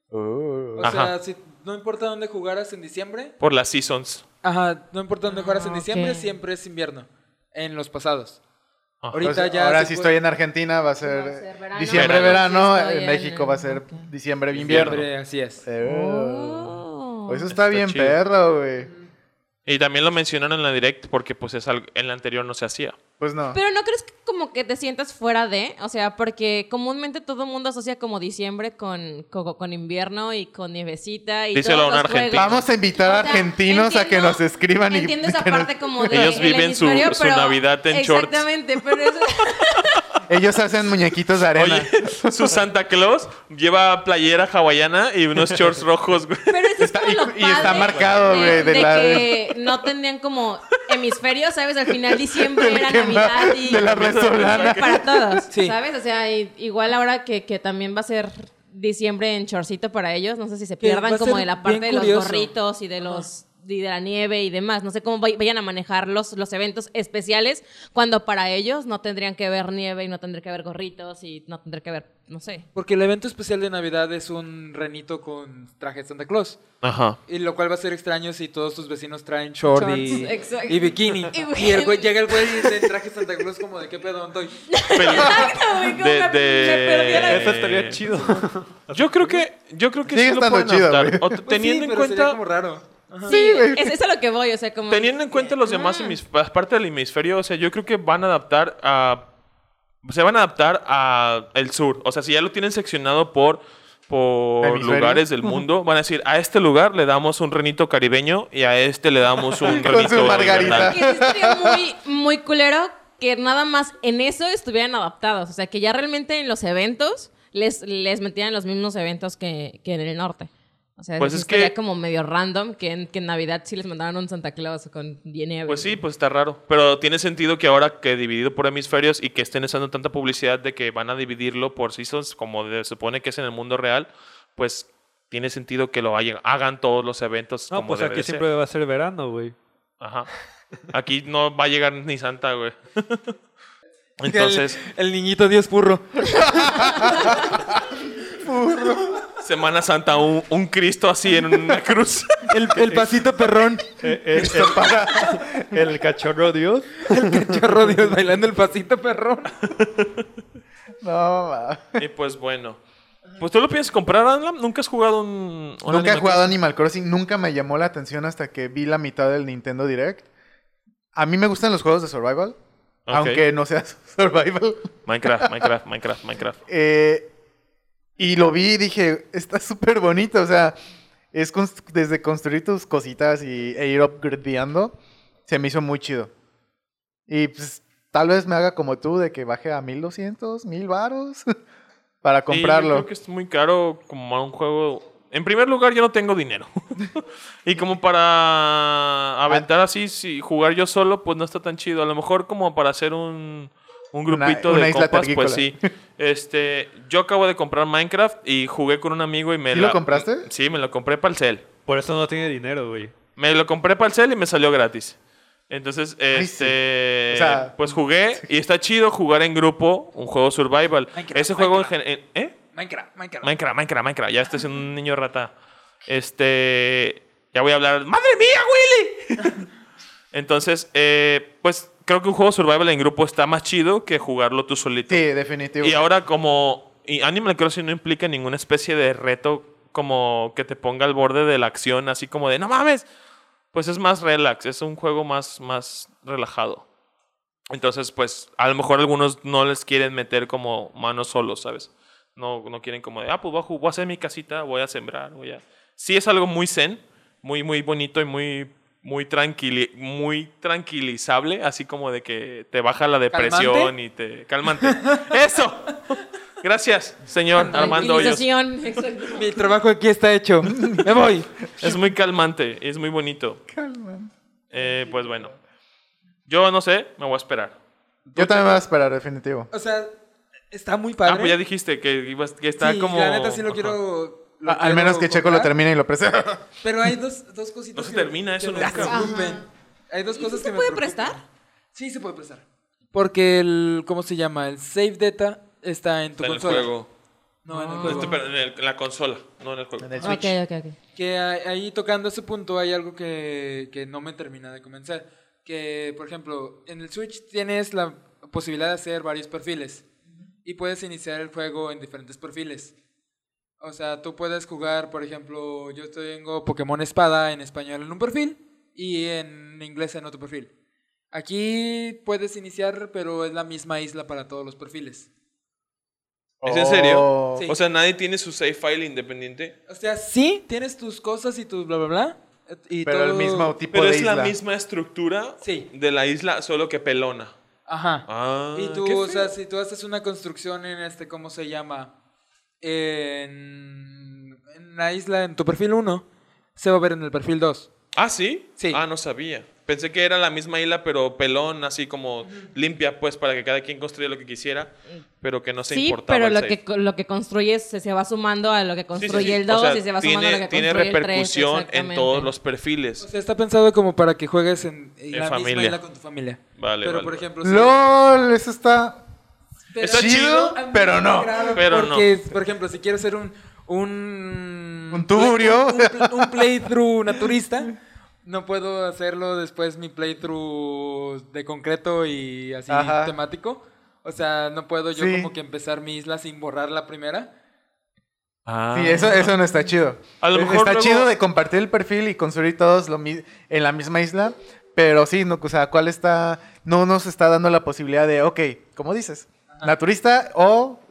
Speaker 4: Oh.
Speaker 1: O sea,
Speaker 5: Ajá.
Speaker 1: si, no importa dónde jugaras en diciembre.
Speaker 5: Por las seasons.
Speaker 1: Ajá, no importa dónde jugaras en
Speaker 6: Ah,
Speaker 1: diciembre,
Speaker 6: ok.
Speaker 1: siempre es invierno. En los pasados.
Speaker 5: Ajá.
Speaker 1: Ahorita
Speaker 4: Entonces,
Speaker 1: ya.
Speaker 4: pues, ahora
Speaker 1: se
Speaker 4: si
Speaker 1: puede-
Speaker 4: estoy en Argentina va a ser,
Speaker 6: Va a ser verano.
Speaker 4: diciembre
Speaker 6: Verano.
Speaker 4: verano,
Speaker 6: Si estoy
Speaker 4: en
Speaker 6: en-
Speaker 4: México va a ser
Speaker 6: ok.
Speaker 4: diciembre invierno.
Speaker 5: Invierno.
Speaker 1: Siempre, así es.
Speaker 4: Eh,
Speaker 6: Oh.
Speaker 4: Eso está,
Speaker 5: Está
Speaker 4: bien
Speaker 5: chido.
Speaker 4: perro, güey.
Speaker 5: Y también lo mencionaron en la direct porque pues es algo, en la anterior no se hacía.
Speaker 4: Pues no.
Speaker 6: Pero no crees que como que te sientas fuera de, o sea, porque comúnmente todo el mundo asocia como diciembre con, con, con invierno y con nievecita y
Speaker 5: Díselo
Speaker 6: todos
Speaker 5: a un
Speaker 6: los juegos.
Speaker 5: argentino.
Speaker 4: Vamos a invitar a
Speaker 6: O sea,
Speaker 4: argentinos a que
Speaker 6: entiendo-
Speaker 4: nos escriban y
Speaker 6: Entiendo esa
Speaker 4: que nos-
Speaker 6: parte como de
Speaker 5: Ellos
Speaker 6: el
Speaker 5: viven su-
Speaker 6: hemisferio,
Speaker 5: su
Speaker 6: pero-
Speaker 5: Navidad en shorts.
Speaker 6: Exactamente, pero eso
Speaker 4: ellos hacen muñequitos de arena.
Speaker 5: Oye, su Santa Claus lleva playera hawaiana y unos shorts rojos, güey.
Speaker 6: Pero eso
Speaker 4: Está-
Speaker 6: es como
Speaker 4: y-
Speaker 6: lo
Speaker 4: y está
Speaker 6: padre
Speaker 4: marcado,
Speaker 6: de-
Speaker 4: güey, de
Speaker 6: de
Speaker 4: la-
Speaker 6: que no tendrían como hemisferios, ¿sabes? Al final diciembre era
Speaker 4: que va-
Speaker 6: Navidad y...
Speaker 4: de la red solana.
Speaker 6: Para todos,
Speaker 1: Sí.
Speaker 6: ¿sabes? O sea, y- igual ahora que, que también va a ser diciembre en chorcito para ellos, no sé si se
Speaker 1: Que va
Speaker 6: pierdan
Speaker 1: a
Speaker 6: como
Speaker 1: ser
Speaker 6: de la parte
Speaker 1: bien
Speaker 6: de los
Speaker 1: curioso.
Speaker 6: gorritos y de los... y de la nieve y demás. No sé cómo vay- vayan a manejar los, los eventos especiales cuando para ellos no tendrían que ver nieve y no tendría que ver gorritos y no tendría que ver, no sé.
Speaker 1: Porque el evento especial de Navidad es un renito con traje de Santa Claus.
Speaker 5: Ajá.
Speaker 1: Y lo cual va a ser extraño si todos tus vecinos traen short y,
Speaker 6: Shorts, exacto.
Speaker 1: y bikini.
Speaker 6: Y
Speaker 1: Y,
Speaker 6: bikini.
Speaker 1: el güey, llega el güey de traje Santa Claus como de qué pedo estoy.
Speaker 5: De-
Speaker 6: me-
Speaker 5: de-
Speaker 6: me perdí la-
Speaker 3: Eso estaría chido.
Speaker 5: Yo creo que, yo creo que
Speaker 4: Sigue
Speaker 5: sí lo
Speaker 4: estando
Speaker 5: pueden
Speaker 4: chido, güey.
Speaker 5: adaptar. O t-
Speaker 1: Pues
Speaker 5: teniendo en cuenta,
Speaker 1: como raro. Ajá.
Speaker 6: Sí,
Speaker 4: güey.
Speaker 6: es, es a lo que voy, o sea, como...
Speaker 5: teniendo en cuenta los demás hemisferios, parte del hemisferio, o sea, yo creo que van a adaptar a, se van a adaptar a el sur. O sea, si ya lo tienen seccionado por por
Speaker 4: ¿Hemisferio?
Speaker 5: lugares del mundo, van a decir, a este lugar le damos un renito caribeño y a este le damos un
Speaker 4: Con
Speaker 5: renito
Speaker 4: su margarita.
Speaker 5: invernal.
Speaker 6: Que sí estaría muy, muy culero que nada más en eso estuvieran adaptados. O sea, que ya realmente en los eventos les, les metieran los mismos eventos que, que en el norte. O sea,
Speaker 5: Pues
Speaker 6: sí
Speaker 5: es que-
Speaker 6: estaría como medio random que en, que en Navidad sí les mandaran un Santa Claus con nieve.
Speaker 5: Pues sí, pues está raro. Pero tiene sentido que ahora que dividido por hemisferios y que estén usando tanta publicidad de que van a dividirlo por seasons, como de- se supone que es en el mundo real, pues tiene sentido que lo hayan- hagan todos los eventos
Speaker 3: No,
Speaker 5: como
Speaker 3: pues
Speaker 5: debe
Speaker 3: aquí
Speaker 5: de ser.
Speaker 3: siempre va a ser verano, güey.
Speaker 5: Ajá. Aquí no va a llegar ni Santa, güey. Entonces,
Speaker 1: El, el niñito Dios burro.
Speaker 5: Semana Santa, un, un Cristo así en una cruz.
Speaker 1: El, el pasito perrón.
Speaker 3: Eh, El cachorro Dios.
Speaker 1: El cachorro Dios bailando el pasito perrón.
Speaker 4: No, ma.
Speaker 5: y pues bueno. Pues tú lo piensas comprar, Adam? ¿Nunca has jugado un... un
Speaker 4: Nunca he
Speaker 5: Animal
Speaker 4: jugado Animal Crossing, nunca me llamó la atención hasta que vi la mitad del Nintendo Direct. A mí me gustan los juegos de survival,
Speaker 5: Ok.
Speaker 4: aunque no sea survival.
Speaker 5: Crossing? Minecraft, Minecraft, Minecraft, Minecraft.
Speaker 4: Eh, y lo vi y dije, está súper bonito. O sea, es cons- desde construir tus cositas y, e ir upgradeando, se me hizo muy chido. Y pues tal vez me haga como tú, de que baje a 1200, 1000 varos para
Speaker 5: Sí, yo
Speaker 4: comprarlo.
Speaker 5: creo que es muy caro como a un juego. En primer lugar, yo no tengo dinero. y como para aventar así, si jugar yo solo, pues no está tan chido. A lo mejor como para hacer un, un
Speaker 4: Una-
Speaker 5: grupito
Speaker 4: una
Speaker 5: de
Speaker 4: isla
Speaker 5: compas, pues sí.
Speaker 4: terrícola.
Speaker 5: Este, yo acabo de comprar Minecraft y jugué con un amigo y me
Speaker 4: ¿Sí
Speaker 5: la-
Speaker 4: lo compraste?
Speaker 5: Sí, me lo compré para el cel.
Speaker 3: Por eso no tiene dinero, güey.
Speaker 5: Me lo compré para el cel y me salió gratis. Entonces,
Speaker 4: Ay,
Speaker 5: este,
Speaker 4: sí. O sea-
Speaker 5: pues jugué y está chido jugar en grupo un juego survival.
Speaker 1: Minecraft,
Speaker 5: Ese juego en
Speaker 1: Minecraft.
Speaker 5: gen- en- ¿eh?
Speaker 1: Minecraft, Minecraft.
Speaker 5: Minecraft, Minecraft, Minecraft. Ya estoy siendo un niño rata. Este. Ya voy a hablar. ¡Madre mía, Willy! Entonces, eh, pues creo que un juego survival en grupo está más chido que jugarlo tú solito.
Speaker 4: Sí, definitivo.
Speaker 5: Y ahora, como. y Animal Crossing no implica ninguna especie de reto como que te ponga al borde de la acción, así como de no mames. Pues es más relax, es un juego más, más relajado. Entonces, pues, a lo mejor algunos no les quieren meter como manos solos, ¿sabes? No, no quieren como de, ah, pues voy a, ju- voy a hacer mi casita, voy a sembrar, voy a... Sí es algo muy zen, muy, muy bonito y muy, muy, tranquili muy tranquilizable, así como de que te baja la depresión
Speaker 1: ¿Calmante?
Speaker 5: y te... Calmante. ¡Eso! Gracias, señor Armando Hoyos.
Speaker 6: Tranquilización, exacto.
Speaker 1: Mi trabajo aquí está hecho. Me voy.
Speaker 5: Es muy calmante, es muy bonito. Eh, pues bueno. Yo no sé, me voy a esperar.
Speaker 4: Yo también me voy a esperar, definitivo.
Speaker 1: O sea, está muy padre.
Speaker 5: Ah, pues ya dijiste que, ibas- que está
Speaker 1: Sí,
Speaker 5: como...
Speaker 1: La neta sí lo
Speaker 5: Ajá.
Speaker 1: quiero. lo
Speaker 4: A- al menos que
Speaker 1: quiero
Speaker 4: Checo lo
Speaker 1: comprar.
Speaker 4: termine y lo presente.
Speaker 1: Pero hay dos, dos cositas.
Speaker 5: No se
Speaker 1: que-
Speaker 5: termina, eso
Speaker 1: que me
Speaker 5: nunca.
Speaker 1: preocupen.
Speaker 6: Ajá.
Speaker 1: Hay dos
Speaker 6: ¿Y sí
Speaker 1: cosas
Speaker 6: se
Speaker 1: que me
Speaker 6: puede
Speaker 1: preocupan.
Speaker 6: prestar?
Speaker 1: Sí, se puede prestar. Porque el. ¿Cómo se llama? El save data está en tu
Speaker 5: Está en el
Speaker 1: consola.
Speaker 5: juego.
Speaker 1: No, en el
Speaker 5: No,
Speaker 1: juego.
Speaker 5: este, pero en, el- en la consola, no en el juego.
Speaker 4: En el
Speaker 6: Ok,
Speaker 4: Switch.
Speaker 6: ok, ok.
Speaker 1: Que a- ahí tocando ese punto hay algo que, que no me termina de convencer. Que, por ejemplo, en el Switch tienes la posibilidad de hacer varios perfiles. Y puedes iniciar el juego en diferentes perfiles. O sea, tú puedes jugar, por ejemplo, yo tengo Pokémon Espada en español en un perfil y en inglés en otro perfil. Aquí puedes iniciar, pero es la misma isla para todos los perfiles.
Speaker 5: ¿Es en serio?
Speaker 4: Oh,
Speaker 1: Sí.
Speaker 5: O sea, nadie tiene su save file independiente.
Speaker 1: O sea, sí, tienes tus cosas y tus bla, bla, bla. y
Speaker 4: Pero el
Speaker 1: todo-
Speaker 4: mismo tipo
Speaker 5: Pero
Speaker 4: de
Speaker 5: es
Speaker 4: isla.
Speaker 5: la misma estructura
Speaker 1: Sí.
Speaker 5: de la isla, solo que pelona.
Speaker 1: Ajá.
Speaker 5: Ah,
Speaker 1: Y tú,
Speaker 5: qué
Speaker 1: o sea,
Speaker 5: feo.
Speaker 1: si tú haces una construcción en este, ¿cómo se llama? En, en la isla, en tu perfil 1, se va a ver en el perfil 2.
Speaker 5: Ah, ¿sí?
Speaker 1: Sí.
Speaker 5: Ah, no sabía. Pensé que era la misma isla, pero pelón, así como limpia, pues, para que cada quien construya lo que quisiera, pero que no se
Speaker 6: Sí,
Speaker 5: importaba
Speaker 6: pero
Speaker 5: el
Speaker 6: lo
Speaker 5: save.
Speaker 6: que, lo que construyes se, se va sumando a lo que
Speaker 5: Sí, sí,
Speaker 6: construye
Speaker 5: sí.
Speaker 6: el 2
Speaker 5: O sea,
Speaker 6: y se va
Speaker 5: tiene,
Speaker 6: sumando a lo que
Speaker 5: tiene
Speaker 6: construye el 3.
Speaker 5: repercusión en todos los perfiles.
Speaker 1: O sea, está pensado como para que juegues en, en
Speaker 5: En
Speaker 1: la misma
Speaker 5: familia.
Speaker 1: isla con tu familia.
Speaker 5: Vale,
Speaker 1: Pero,
Speaker 5: vale,
Speaker 1: por
Speaker 5: vale.
Speaker 1: ejemplo... si-
Speaker 4: LOL, eso está.
Speaker 1: pero-
Speaker 5: Está chido,
Speaker 1: a mí
Speaker 4: pero
Speaker 1: me
Speaker 4: no.
Speaker 1: agrada
Speaker 5: Pero no.
Speaker 1: porque, por ejemplo, si quiero hacer un... Un,
Speaker 4: Un tuburio.
Speaker 1: Un, un- un playthrough naturista. No puedo hacerlo después mi playthrough de concreto y así
Speaker 4: Ajá.
Speaker 1: temático. O sea, no puedo yo
Speaker 4: Sí.
Speaker 1: como que empezar mi isla sin borrar la primera.
Speaker 5: Ah.
Speaker 4: Sí, eso, eso no está chido.
Speaker 5: A lo
Speaker 4: Eh,
Speaker 5: mejor
Speaker 4: está
Speaker 5: luego-
Speaker 4: chido de compartir el perfil y construir todos lo mi- en la misma isla, pero sí, no, o sea, ¿cuál está? No nos está dando la posibilidad de, ok, como dices, naturista o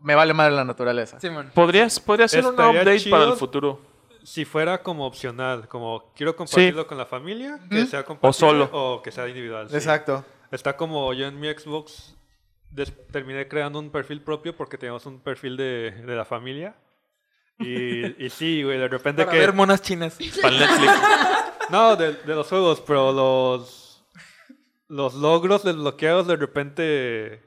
Speaker 4: me vale madre la naturaleza.
Speaker 1: Simón.
Speaker 5: ¿Podrías, podría ser un
Speaker 3: Estaría
Speaker 5: update
Speaker 3: chido.
Speaker 5: para el futuro.
Speaker 3: Si fuera como opcional, como quiero compartirlo con la familia, que sea compartido
Speaker 5: solo.
Speaker 3: o que sea
Speaker 5: pues
Speaker 3: individual. sí.
Speaker 4: Exacto.
Speaker 3: Está como yo en mi Xbox des- terminé creando un perfil propio porque teníamos un perfil de, de la familia. Y, y sí, güey, de repente
Speaker 1: Para
Speaker 3: que...
Speaker 1: ver monas chinas.
Speaker 5: Para Netflix.
Speaker 3: No, de, de los juegos, pero los los logros desbloqueados de repente eh,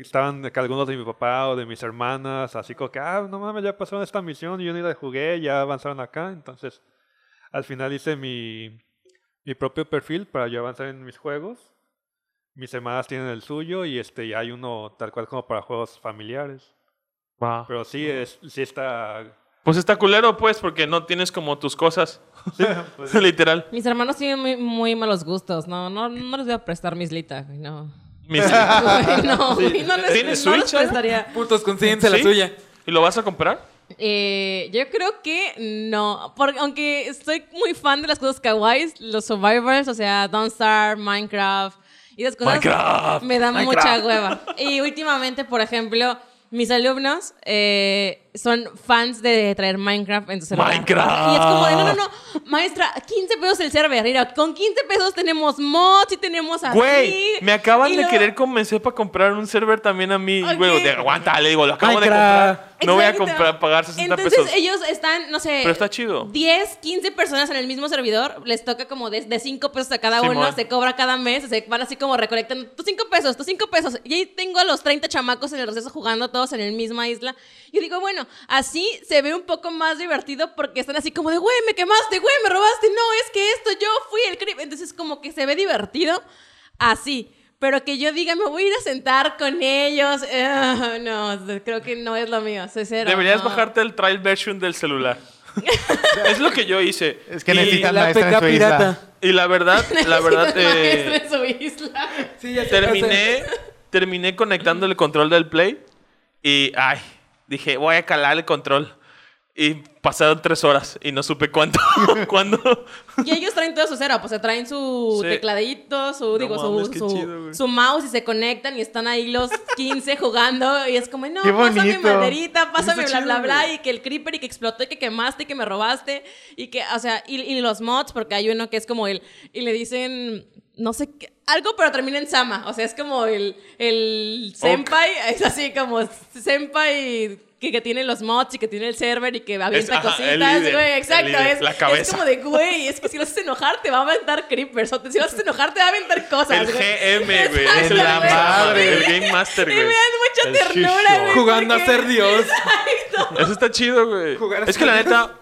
Speaker 3: estaban de que algunos de mi papá o de mis hermanas, así como que, ah, no mames, ya pasaron esta misión y yo ni la jugué, ya avanzaron acá, entonces al final hice mi, mi propio perfil para yo avanzar en mis juegos. Mis hermanas tienen el suyo y este y hay uno tal cual como para juegos familiares.
Speaker 5: Va.
Speaker 3: Pero sí, es, sí está...
Speaker 5: Pues está culero, pues, porque no tienes como tus cosas. Literal.
Speaker 6: Mis hermanos tienen muy, muy malos gustos. No, no, no les voy a prestar mis litas, güey, no.
Speaker 5: Mis-
Speaker 6: Güey, no, güey, no les,
Speaker 5: ¿Tienes
Speaker 6: no les
Speaker 5: Switch, Ana?
Speaker 6: prestaría.
Speaker 1: Putos, consíguense la
Speaker 5: ¿Sí?
Speaker 1: suya.
Speaker 5: ¿Y lo vas a comprar?
Speaker 6: Eh, yo creo que no. Porque, aunque estoy muy fan de las cosas kawaii, los survivors, o sea, Don't Starve, Minecraft y esas cosas.
Speaker 5: Minecraft,
Speaker 6: Me dan mucha hueva. Y últimamente, por ejemplo, mis alumnos eh, son fans de traer Minecraft en su celular.
Speaker 5: Minecraft.
Speaker 6: Y es como de, no, no, no, maestra, 15 pesos el server. Mira, con 15 pesos tenemos mods y tenemos así.
Speaker 5: Güey, me acaban
Speaker 6: Ah, Y
Speaker 5: de
Speaker 6: luego-
Speaker 5: querer convencer para comprar un server también a mí.
Speaker 6: Ok.
Speaker 5: Güey, de- aguanta, le digo, lo acabo de
Speaker 1: Minecraft.
Speaker 5: comprar. No voy a
Speaker 6: Exacto.
Speaker 5: comprar, pagar 60
Speaker 6: Entonces,
Speaker 5: pesos.
Speaker 6: ellos están, no sé.
Speaker 5: Pero está chido.
Speaker 6: 10, 15 personas en el mismo servidor. Les toca como de, de 5 pesos a cada
Speaker 5: Simón.
Speaker 6: uno. Se cobra cada mes. Se van así como recolectando. Tus 5 pesos, tus 5 pesos. Y ahí tengo a los 30 chamacos en el receso jugando todos en la misma isla. Y digo, bueno, así se ve un poco más divertido porque están así como de, güey, me quemaste, güey, me robaste. No, es que esto yo fui el crimen. Entonces, como que se ve divertido así. Pero que yo diga, me voy a ir a sentar con ellos. eh, no, creo que no es lo mío. Soy cero,
Speaker 5: Deberías
Speaker 6: no.
Speaker 5: bajarte el trial version del celular. es lo que yo hice.
Speaker 4: Es que
Speaker 5: Y-
Speaker 4: necesitan
Speaker 1: La
Speaker 4: maestra en su
Speaker 1: PK
Speaker 4: isla.
Speaker 1: pirata.
Speaker 5: Y la verdad, la verdad, eh,
Speaker 6: Maestro en su isla.
Speaker 1: Sí, ya sé, ya sé.
Speaker 5: terminé, terminé conectando el control del Play y, ay, dije, voy a calar el control. Y pasaron tres horas y no supe cuánto. cuándo.
Speaker 6: Y ellos traen todo su cero, pues se traen su
Speaker 5: Sí.
Speaker 6: tecladito, su,
Speaker 5: No
Speaker 6: digo, su-
Speaker 5: mames, qué
Speaker 6: su,
Speaker 5: chido, güey.
Speaker 6: su mouse y se conectan y están ahí los 15 jugando y es como, no,
Speaker 4: Qué
Speaker 6: pasa mi
Speaker 4: bonito.
Speaker 6: maderita, pasa mi bla,
Speaker 5: Está
Speaker 6: bla,
Speaker 5: chido,
Speaker 6: bla,
Speaker 5: güey.
Speaker 6: y que el creeper y que explotó y que quemaste y que me robaste y que, o sea, y, y los mods, porque hay uno que es como el, y le dicen, no sé qué, algo, pero termina en Sama, o sea, es como el, el senpai, es así como senpai... Que, que tiene los mods y que tiene el server y que avienta
Speaker 5: ajá, el
Speaker 6: cositas,
Speaker 5: líder,
Speaker 6: güey,
Speaker 5: el
Speaker 6: exacto.
Speaker 5: líder,
Speaker 6: es,
Speaker 5: la
Speaker 6: es
Speaker 5: cabeza.
Speaker 6: como de, güey, es que si lo haces enojar te va a aventar creepers. O te, si lo haces enojar te va a aventar cosas.
Speaker 5: El
Speaker 6: güey.
Speaker 5: GM, güey.
Speaker 6: Exacto,
Speaker 5: Es la
Speaker 6: güey.
Speaker 5: madre. El Game Master,
Speaker 6: Y me
Speaker 5: güey.
Speaker 6: dan mucha
Speaker 3: El
Speaker 6: ternura,
Speaker 3: shisho.
Speaker 6: güey.
Speaker 1: Jugando a
Speaker 6: porque-
Speaker 1: ser Dios.
Speaker 6: Exacto.
Speaker 5: Eso está chido, güey.
Speaker 1: Jugar a
Speaker 5: Es que la neta,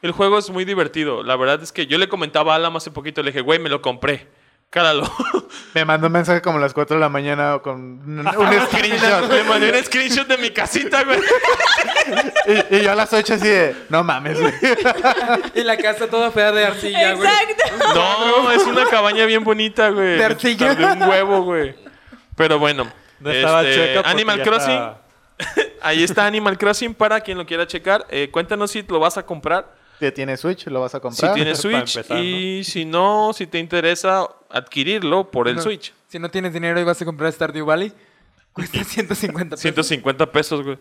Speaker 5: el juego es muy divertido. La verdad es que yo le comentaba a Alam hace poquito, le dije, güey, me lo compré. Cálalo.
Speaker 4: Me mandó un mensaje como a las 4 de la mañana con un un
Speaker 5: le
Speaker 4: screenshot.
Speaker 5: mandé un screenshot de mi casita, güey.
Speaker 4: y, y yo a las 8 así de, no mames, güey.
Speaker 1: Y la casa toda fea de arcilla, güey.
Speaker 6: Exacto.
Speaker 5: No, es una cabaña bien bonita, güey.
Speaker 1: De arcilla.
Speaker 5: De un huevo, güey. Pero bueno.
Speaker 3: No estaba
Speaker 5: este,
Speaker 3: chueca porque
Speaker 5: Animal
Speaker 3: ya
Speaker 5: Crossing.
Speaker 3: está-
Speaker 5: Ahí está Animal Crossing para quien lo quiera checar. Eh, cuéntanos si lo vas a comprar.
Speaker 4: Ya tiene Switch, lo vas a
Speaker 5: Si
Speaker 4: comprar.
Speaker 5: tienes
Speaker 3: Para
Speaker 5: Switch.
Speaker 3: empezar,
Speaker 5: y si no, si te interesa adquirirlo por el
Speaker 1: No.
Speaker 5: Switch.
Speaker 1: Si no tienes dinero y vas a comprar Stardew Valley, cuesta 150 pesos.
Speaker 5: 150 pesos, güey.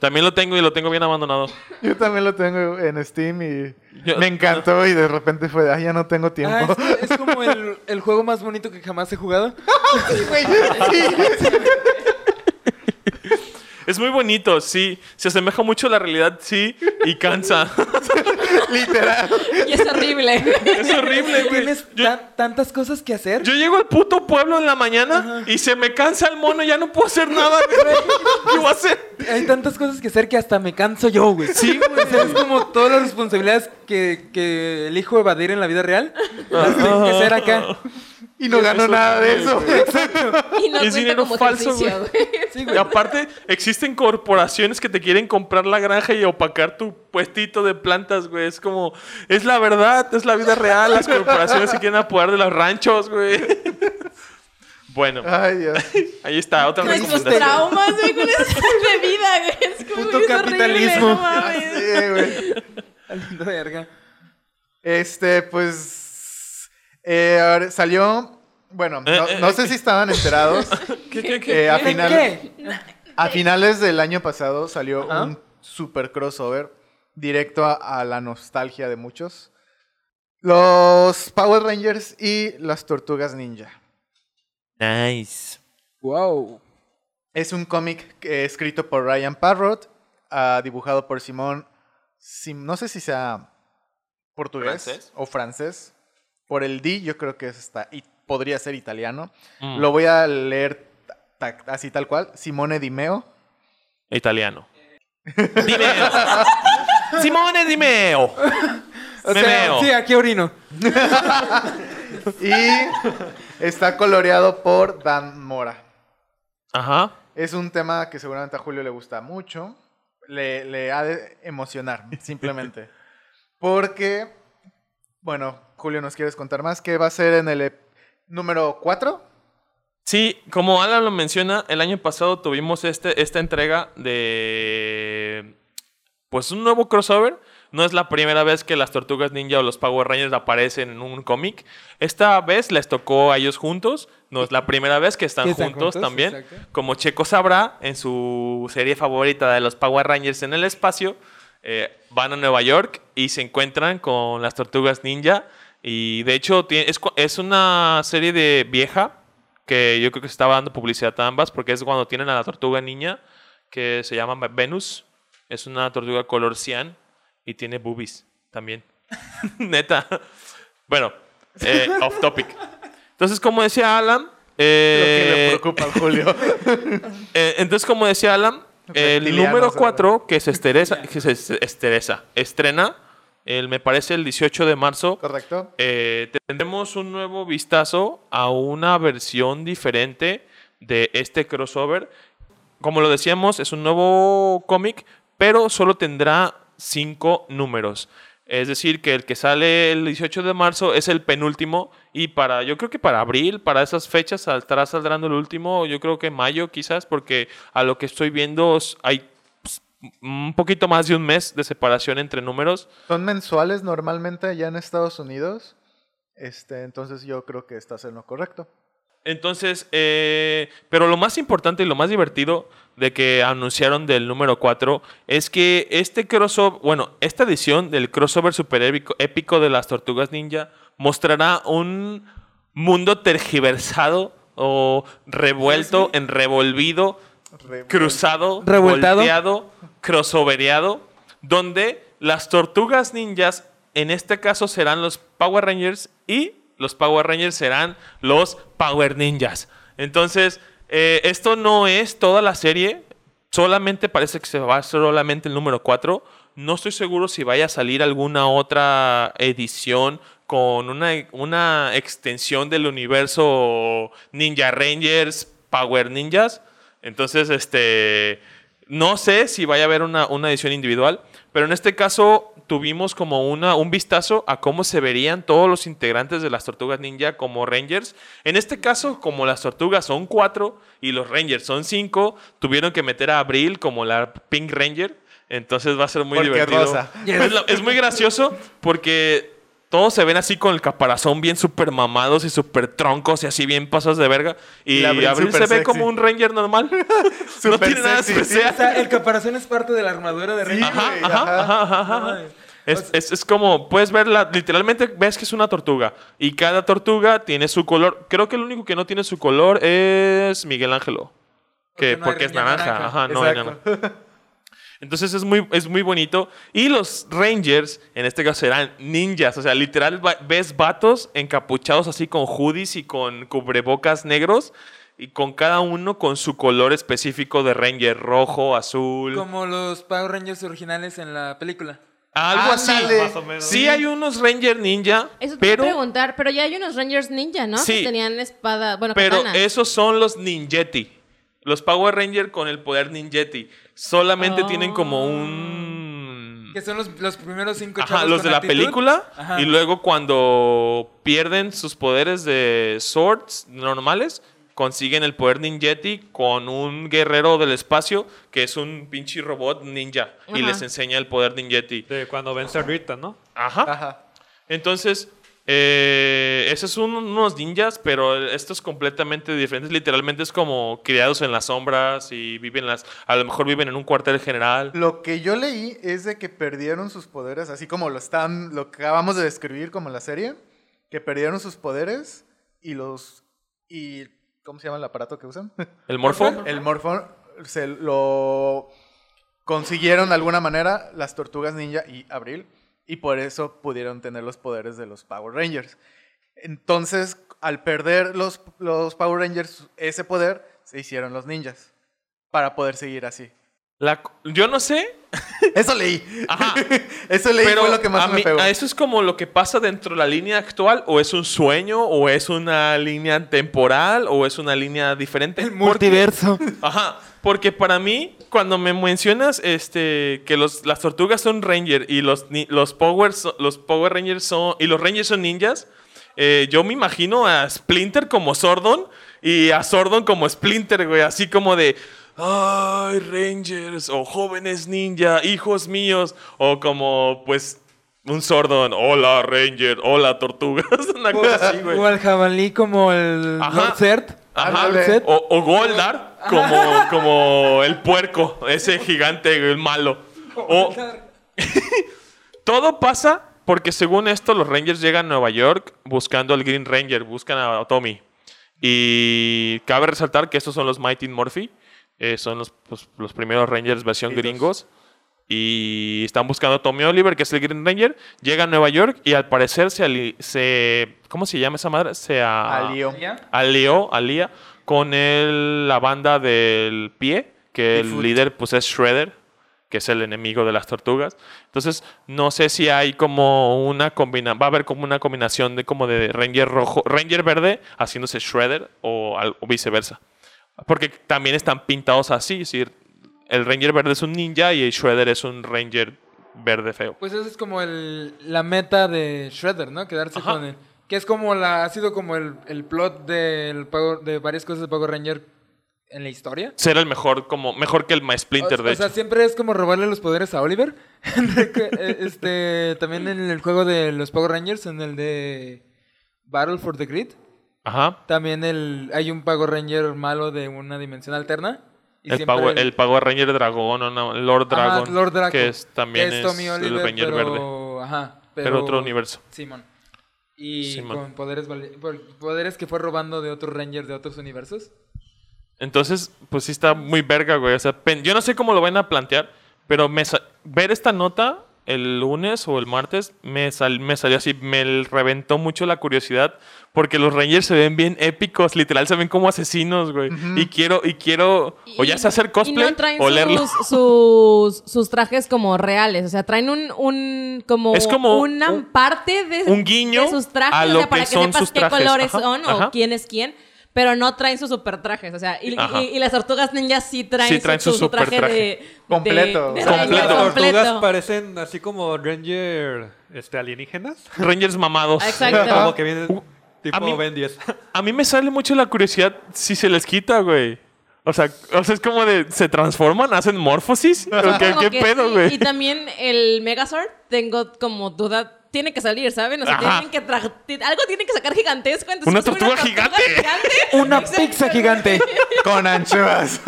Speaker 5: También lo tengo y lo tengo bien abandonado.
Speaker 4: Yo también lo tengo en Steam y
Speaker 5: Yo-
Speaker 4: me encantó y de repente fue, ah, ya no tengo tiempo.
Speaker 1: Ah, es, es como el, el juego más bonito que jamás he jugado.
Speaker 5: Es muy bonito, sí. Se asemeja mucho a la realidad, sí. Y cansa.
Speaker 4: Literal.
Speaker 6: Y es horrible.
Speaker 5: es horrible, güey.
Speaker 1: Tienes
Speaker 5: Yo,
Speaker 1: tan- tantas cosas que hacer.
Speaker 5: yo llego al puto pueblo en la mañana y se me cansa el mono. Ya no puedo hacer nada, güey. ¿Qué voy a hacer?
Speaker 1: Hay tantas cosas que hacer que hasta me canso yo, güey. Sí, güey. O sea, es como todas las responsabilidades que, que elijo evadir en la vida real, las tengo que hacer acá.
Speaker 4: Y no ganó nada de eso.
Speaker 6: Y no
Speaker 5: Es
Speaker 6: cuenta
Speaker 5: dinero
Speaker 6: como
Speaker 5: falso,
Speaker 6: ejercicio,
Speaker 5: güey.
Speaker 6: güey.
Speaker 1: Sí,
Speaker 5: Y
Speaker 1: güey.
Speaker 5: aparte, existen corporaciones que te quieren comprar la granja y opacar tu puestito de plantas, güey. Es como, es la verdad, es la vida real. Las corporaciones se quieren apoderar de los ranchos, güey. Bueno,
Speaker 4: Ay, Dios.
Speaker 5: ahí está, otra
Speaker 6: Nuestros
Speaker 5: recomendación.
Speaker 6: traumas, güey, con esa bebida, güey. Es como
Speaker 1: Puto
Speaker 6: es horrible,
Speaker 1: capitalismo.
Speaker 6: no mames.
Speaker 4: Sí, güey.
Speaker 1: Hablando de verga.
Speaker 4: Este, pues. eh, ahora salió. Bueno,
Speaker 1: Eh,
Speaker 4: no, no sé si estaban enterados.
Speaker 5: ¿Qué, qué, qué?
Speaker 4: que a,
Speaker 1: ¿De
Speaker 4: final-
Speaker 1: qué?
Speaker 4: a finales del año pasado salió
Speaker 1: Ajá.
Speaker 4: un super crossover directo a, a la nostalgia de muchos. Los Power Rangers y las Tortugas Ninja.
Speaker 5: Nice.
Speaker 1: Wow.
Speaker 4: Es un cómic eh, escrito por Ryan Parrott, ah, dibujado por Simón, Sim- no sé si sea portugués
Speaker 5: ¿Francés?
Speaker 4: o francés. Por el D, yo creo que es esta- y podría ser italiano.
Speaker 5: Mm.
Speaker 4: Lo voy a leer ta- ta- así tal cual. Simone Di Meo.
Speaker 5: Italiano. Dime. Simone, dime.
Speaker 1: O
Speaker 5: Me
Speaker 1: sea,
Speaker 5: meo.
Speaker 1: sí, aquí orino.
Speaker 4: Y está coloreado por Dan Mora.
Speaker 5: Ajá.
Speaker 4: Es un tema que seguramente a Julio le gusta mucho. Le, le ha de emocionar, simplemente. Porque, bueno, Julio, ¿nos quieres contar más? ¿Qué va a ser en el ep- número 4?
Speaker 5: Sí, como Alan lo menciona, el año pasado tuvimos este, esta entrega de. Pues un nuevo crossover. No es la primera vez que las Tortugas Ninja o los Power Rangers aparecen en un cómic. Esta vez les tocó a ellos juntos. No es la primera vez que están,
Speaker 1: Que están
Speaker 5: juntos,
Speaker 1: juntos,
Speaker 5: también.
Speaker 1: exacto.
Speaker 5: Como Checo sabrá, en su serie favorita de los Power Rangers en el espacio, eh, van a Nueva York y se encuentran con las Tortugas Ninja. Y de hecho, tie- es, cu- es una serie de vieja que yo creo que se estaba dando publicidad a ambas porque es cuando tienen a la tortuga niña que se llama Venus. Es una tortuga color cian y tiene boobies también. Neta. Bueno, eh, off topic. Entonces, como decía Alan,
Speaker 4: Lo que le
Speaker 5: eh,
Speaker 4: preocupa a Julio.
Speaker 5: eh, entonces, como decía Alan, el
Speaker 4: Reptilianos,
Speaker 5: número
Speaker 4: ahora.
Speaker 5: 4 que se estereza, que se est- estereza, estrena, el, me parece el 18 de marzo,
Speaker 4: ¿Correcto?
Speaker 5: eh, tendremos un nuevo vistazo a una versión diferente de este crossover. Como lo decíamos, es un nuevo cómic, pero solo tendrá cinco números. Es decir, que el que sale el 18 de marzo es el penúltimo y para, yo creo que para abril, para esas fechas, saldrá saldrán el último, yo creo que mayo quizás, porque a lo que estoy viendo s- hay un poquito más de un mes de separación entre números.
Speaker 4: Son mensuales normalmente allá en Estados Unidos. Este, entonces yo creo que estás en lo correcto.
Speaker 5: Entonces, eh, pero lo más importante y lo más divertido de que anunciaron del número 4 es que este crossover, bueno, esta edición del crossover super épico, épico de las tortugas ninja mostrará un mundo tergiversado o revuelto, enrevolvido, cruzado,
Speaker 1: Revoltado.
Speaker 5: volteado, crossovereado, donde las tortugas ninjas, en este caso serán los Power Rangers y los Power Rangers serán los Power Ninjas. Entonces, eh, esto no es toda la serie, solamente parece que se va a hacer solamente el número 4. No estoy seguro si vaya a salir alguna otra edición con una, una extensión del universo Ninja Rangers, Power Ninjas. Entonces, este. No sé si vaya a haber una, una edición individual, pero en este caso tuvimos como una, un vistazo a cómo se verían todos los integrantes de las Tortugas Ninja como Rangers. En este caso, como las Tortugas son cuatro y los Rangers son cinco, tuvieron que meter a Abril como la Pink Ranger. Entonces va a ser muy
Speaker 4: Porque
Speaker 5: divertido.
Speaker 4: rosa.
Speaker 5: Es, la- es muy gracioso porque todos se ven así con el caparazón bien super mamados y super troncos y así bien pasos de verga. Y
Speaker 4: La Abril
Speaker 5: Abril, se
Speaker 4: súper
Speaker 5: ve como
Speaker 4: sexy.
Speaker 5: un Ranger normal. no
Speaker 4: Súper
Speaker 5: tiene nada
Speaker 4: sexy.
Speaker 1: O
Speaker 5: especial.
Speaker 1: sea, el caparazón es parte de la armadura de Rey.
Speaker 5: Ajá,
Speaker 4: güey,
Speaker 5: ajá,
Speaker 4: ajá.
Speaker 5: ajá, ajá, ajá.
Speaker 1: No mames.
Speaker 5: Es, es- es como, puedes verla, literalmente ves que es una tortuga. Y cada tortuga tiene su color. Creo que el único que no tiene su color es Miguel Ángelo.
Speaker 1: Porque
Speaker 5: Que,
Speaker 1: no hay
Speaker 5: porque es
Speaker 1: niña
Speaker 5: naranja.
Speaker 1: naranja.
Speaker 5: Ajá, no hay
Speaker 4: Exacto.
Speaker 5: nana. Entonces es muy, es muy bonito. Y los Rangers, en este caso, serán ninjas. O sea, literal va- ves vatos encapuchados así con hoodies y con cubrebocas negros. Y con cada uno con su color específico de Ranger, rojo, azul.
Speaker 1: Como los Power Rangers originales en la película.
Speaker 5: Algo
Speaker 4: Ándale.
Speaker 5: así.
Speaker 3: Más o menos.
Speaker 5: Sí hay unos Ranger Ninja,
Speaker 6: Eso te iba a
Speaker 5: pero,
Speaker 6: preguntar, pero ya hay unos Rangers ninja, ¿no?
Speaker 5: Sí.
Speaker 6: Que tenían espada, bueno,
Speaker 5: pero
Speaker 6: katana.
Speaker 5: esos son los Ninjetti. Los Power Ranger con el poder Ninjetti. Solamente
Speaker 6: Oh.
Speaker 5: tienen como un...
Speaker 1: Que son los, los primeros cinco
Speaker 5: Ajá,
Speaker 1: chavos
Speaker 5: los
Speaker 1: con
Speaker 5: de la
Speaker 1: actitud.
Speaker 5: película.
Speaker 1: Ajá.
Speaker 5: Y luego cuando pierden sus poderes de swords normales, consiguen el poder ninjetti con un guerrero del espacio que es un pinche robot ninja. Y
Speaker 6: Ajá.
Speaker 5: les enseña el poder ninjetti.
Speaker 3: De cuando vence a Rita, ¿no?
Speaker 5: Ajá.
Speaker 4: Ajá.
Speaker 5: Entonces, eh, esos son unos ninjas, pero estos completamente diferentes. Literalmente es como criados en las sombras y viven las. A lo mejor viven en un cuartel general.
Speaker 4: Lo que yo leí es de que perdieron sus poderes, así como lo están, lo que acabamos de describir como en la serie, que perdieron sus poderes y los y ¿cómo se llama el aparato que usan?
Speaker 5: El morfo.
Speaker 4: El morfón se lo consiguieron de alguna manera las tortugas ninja y Abril y por eso pudieron tener los poderes de los Power Rangers. Entonces, al perder los, los Power Rangers ese poder, se hicieron los ninjas para poder seguir así.
Speaker 5: La- yo no sé,
Speaker 4: Eso leí.
Speaker 5: Ajá.
Speaker 4: Eso leí
Speaker 5: pero
Speaker 4: fue lo que más
Speaker 5: a
Speaker 4: me
Speaker 5: mí-
Speaker 4: pegó.
Speaker 5: a eso es como lo que pasa dentro de la línea actual, o es un sueño, o es una línea temporal, o es una línea diferente.
Speaker 1: El
Speaker 5: Porque-
Speaker 1: multiverso.
Speaker 5: Ajá, porque para mí, cuando me mencionas este, que los, las tortugas son Ranger y los, ni- los, Power, so- los Power Rangers son. y los Rangers son ninjas, eh, yo me imagino a Splinter como Sordon y a Sordon como Splinter, güey, así como de. ¡Ay, Rangers! O jóvenes ninja, hijos míos. O como, pues, un Sordon. ¡Hola, Ranger! ¡Hola, tortugas! Una cosa así, güey.
Speaker 1: O al jabalí como el
Speaker 5: Ajá.
Speaker 1: Lord Zedd.
Speaker 5: Ajá,
Speaker 1: Lord Zedd.
Speaker 5: o, o Goldar, como, como el puerco, ese gigante, el malo. O, todo pasa porque según esto los Rangers llegan a Nueva York buscando al Green Ranger, buscan a Tommy. Y cabe resaltar que estos son los Mighty Murphy, eh, son los, pues, los primeros Rangers versión gringos. Y están buscando a Tommy Oliver, que es el Green Ranger. Llega a Nueva York y al parecer se... ali- se ¿Cómo se llama esa madre? Se a-
Speaker 4: Alió.
Speaker 1: ¿Ya?
Speaker 5: alió, alía con el- la banda del pie, que el líder pues es Shredder, que es el enemigo de las tortugas. Entonces, no sé si hay como una combinación, va a haber como una combinación de como de Ranger rojo, Ranger verde haciéndose Shredder o, al- o viceversa. Porque también están pintados así, es decir, el Ranger verde es un ninja y el Shredder es un Ranger verde feo.
Speaker 1: Pues eso es como el, la meta de Shredder, ¿no? Quedarse
Speaker 5: Ajá.
Speaker 1: con él. Que es como la. Ha sido como el, el plot del pago, de varias cosas de Power Ranger en la historia.
Speaker 5: Ser el mejor, como mejor que el My
Speaker 1: O,
Speaker 5: Splinter, de
Speaker 1: o sea,
Speaker 5: hecho.
Speaker 1: siempre es como robarle los poderes a Oliver. De que, eh, este, también en el juego de los Power Rangers, en el de Battle for the Grid,
Speaker 5: Ajá.
Speaker 1: también el, hay un Power Ranger malo de una dimensión alterna. y
Speaker 5: El
Speaker 1: siempre
Speaker 5: Power, el... Power Ranger Dragón, o no, Lord
Speaker 1: Ajá,
Speaker 5: Dragon.
Speaker 1: Lord Draco,
Speaker 5: Que es, también
Speaker 1: que es
Speaker 5: es,
Speaker 1: Tommy Oliver,
Speaker 5: el Ranger
Speaker 1: pero,
Speaker 5: Verde.
Speaker 1: Ajá, pero,
Speaker 5: Pero, otro universo.
Speaker 1: Simón. Y
Speaker 5: Simón.
Speaker 1: con poderes, vali- por- poderes que fue robando de otros Rangers de otros universos.
Speaker 5: Entonces, pues sí está muy verga, güey. O sea, pen- yo no sé cómo lo van a plantear, pero me sa- ver esta nota el lunes o el martes me, sal- me salió así, me l- reventó mucho la curiosidad porque los Rangers se ven bien épicos, literal, se ven como asesinos, güey. Y quiero, y quiero, o ya
Speaker 6: Y-
Speaker 5: sea hacer
Speaker 6: y
Speaker 5: cosplay
Speaker 6: no traen
Speaker 5: o leerlo.
Speaker 6: sus, sus, sus trajes como reales. O sea, traen un, un como,
Speaker 5: Es como
Speaker 6: una
Speaker 5: un-
Speaker 6: parte de,
Speaker 5: un guiño
Speaker 6: de sus trajes.
Speaker 5: a
Speaker 6: o
Speaker 5: lo
Speaker 6: sea, para
Speaker 5: que
Speaker 6: que,
Speaker 5: son
Speaker 6: sepas
Speaker 5: sus
Speaker 6: qué
Speaker 5: trajes.
Speaker 6: colores
Speaker 5: Ajá,
Speaker 6: son o
Speaker 5: ajá.
Speaker 6: quién es quién. Pero no traen sus super trajes. O sea, y, y-
Speaker 5: Ajá.
Speaker 6: y las tortugas ninjas sí traen,
Speaker 5: Sí traen su
Speaker 6: traje,
Speaker 5: supertraje.
Speaker 6: de- de.
Speaker 4: Completo.
Speaker 6: de
Speaker 5: Completo.
Speaker 6: Ranger,
Speaker 3: Las tortugas
Speaker 6: completo.
Speaker 3: parecen así como Ranger este, alienígenas.
Speaker 5: Rangers mamados.
Speaker 6: Exacto.
Speaker 3: Como que vienen tipo
Speaker 5: Uh, mí-
Speaker 3: Ben 10.
Speaker 5: A mí me sale mucho la curiosidad si se les quita, güey. O sea, o sea, es como de, ¿se transforman? ¿Hacen morfosis? ¿O ¿Qué,
Speaker 6: Como
Speaker 5: qué
Speaker 6: que
Speaker 5: pedo,
Speaker 6: sí,
Speaker 5: güey?
Speaker 6: Y también el Megazord, tengo como duda. Tiene que salir, ¿saben? O sea,
Speaker 5: Ajá.
Speaker 6: tienen que tra- ti- algo tienen que sacar gigantesco. entonces
Speaker 5: Una
Speaker 6: pues,
Speaker 5: tortuga gigante.
Speaker 1: Una pizza gigante.
Speaker 4: Con anchoas.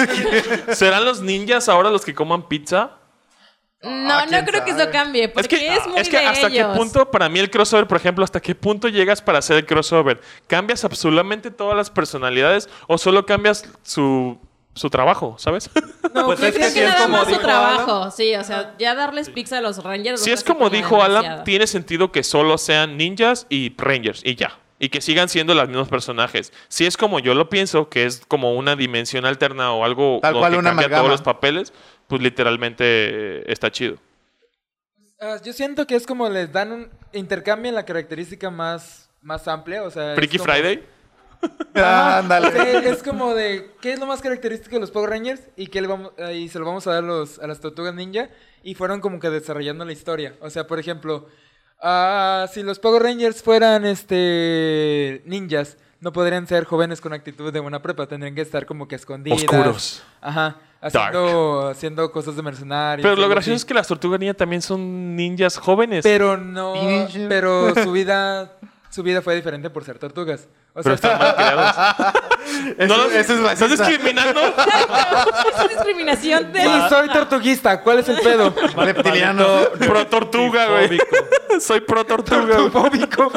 Speaker 5: ¿Serán los ninjas ahora los que coman pizza?
Speaker 1: Ah,
Speaker 6: No, no
Speaker 4: quién
Speaker 6: creo que eso
Speaker 4: sabe.
Speaker 6: cambie. Porque es, muy
Speaker 5: es que
Speaker 6: de
Speaker 5: hasta
Speaker 6: ellos.
Speaker 5: qué punto, para mí el crossover, por ejemplo, hasta qué punto llegas para hacer el crossover? ¿Cambias absolutamente todas las personalidades o solo cambias su, su trabajo, sabes?
Speaker 1: No,
Speaker 3: Pues
Speaker 1: creo
Speaker 3: es
Speaker 6: Creo
Speaker 3: que
Speaker 6: que
Speaker 3: sí es
Speaker 6: nada
Speaker 3: como
Speaker 6: más su
Speaker 3: dijo
Speaker 6: trabajo.
Speaker 3: Alan.
Speaker 6: Sí, o sea, ya darles pizza a los Rangers.
Speaker 5: si
Speaker 6: no
Speaker 5: es
Speaker 6: sé,
Speaker 5: como dijo Alan,
Speaker 6: demasiado.
Speaker 5: tiene sentido que solo sean ninjas y rangers y ya. Y que sigan siendo los mismos personajes. Si es como yo lo pienso, que es como una dimensión alterna o algo
Speaker 4: Tal
Speaker 5: lo
Speaker 4: cual
Speaker 5: que
Speaker 4: una
Speaker 5: cambia todos
Speaker 4: amalgama.
Speaker 5: los papeles, pues literalmente eh, está chido.
Speaker 1: Ah, yo siento que es como les dan un intercambio en la característica más, más amplia, o sea... es
Speaker 5: Freaky
Speaker 1: como-
Speaker 5: Friday.
Speaker 4: Ah,
Speaker 1: O sea,
Speaker 4: Ándale.
Speaker 1: es como de, ¿qué es lo más característico de los Power Rangers? Y que le vamos, eh, y se lo vamos a dar a los, a las Tortugas Ninja. Y fueron como que desarrollando la historia. O sea, por ejemplo, ah, si los Power Rangers fueran este ninjas, no podrían ser jóvenes con actitud de una prepa. Tendrían que estar como que escondidas.
Speaker 5: Oscuros.
Speaker 1: Ajá. Haciendo, haciendo cosas de mercenarios.
Speaker 5: Pero lo
Speaker 1: algo
Speaker 5: gracioso
Speaker 1: así.
Speaker 5: es que las tortugas ninja también son ninjas jóvenes.
Speaker 1: Pero no.
Speaker 4: Ninja.
Speaker 1: Pero su vida. Su vida fue diferente por ser tortugas. O sea,
Speaker 5: pero están mal creados.
Speaker 4: ah, Eso,
Speaker 5: los-
Speaker 4: eso es
Speaker 5: ¿Estás
Speaker 4: racista.
Speaker 5: discriminando?
Speaker 6: Es discriminación de.
Speaker 1: sí, soy tortuguista. ¿Cuál es el pedo?
Speaker 4: Reptiliano.
Speaker 5: pro tortuga, güey. Soy pro tortuga. güey.
Speaker 1: Tortufóbico.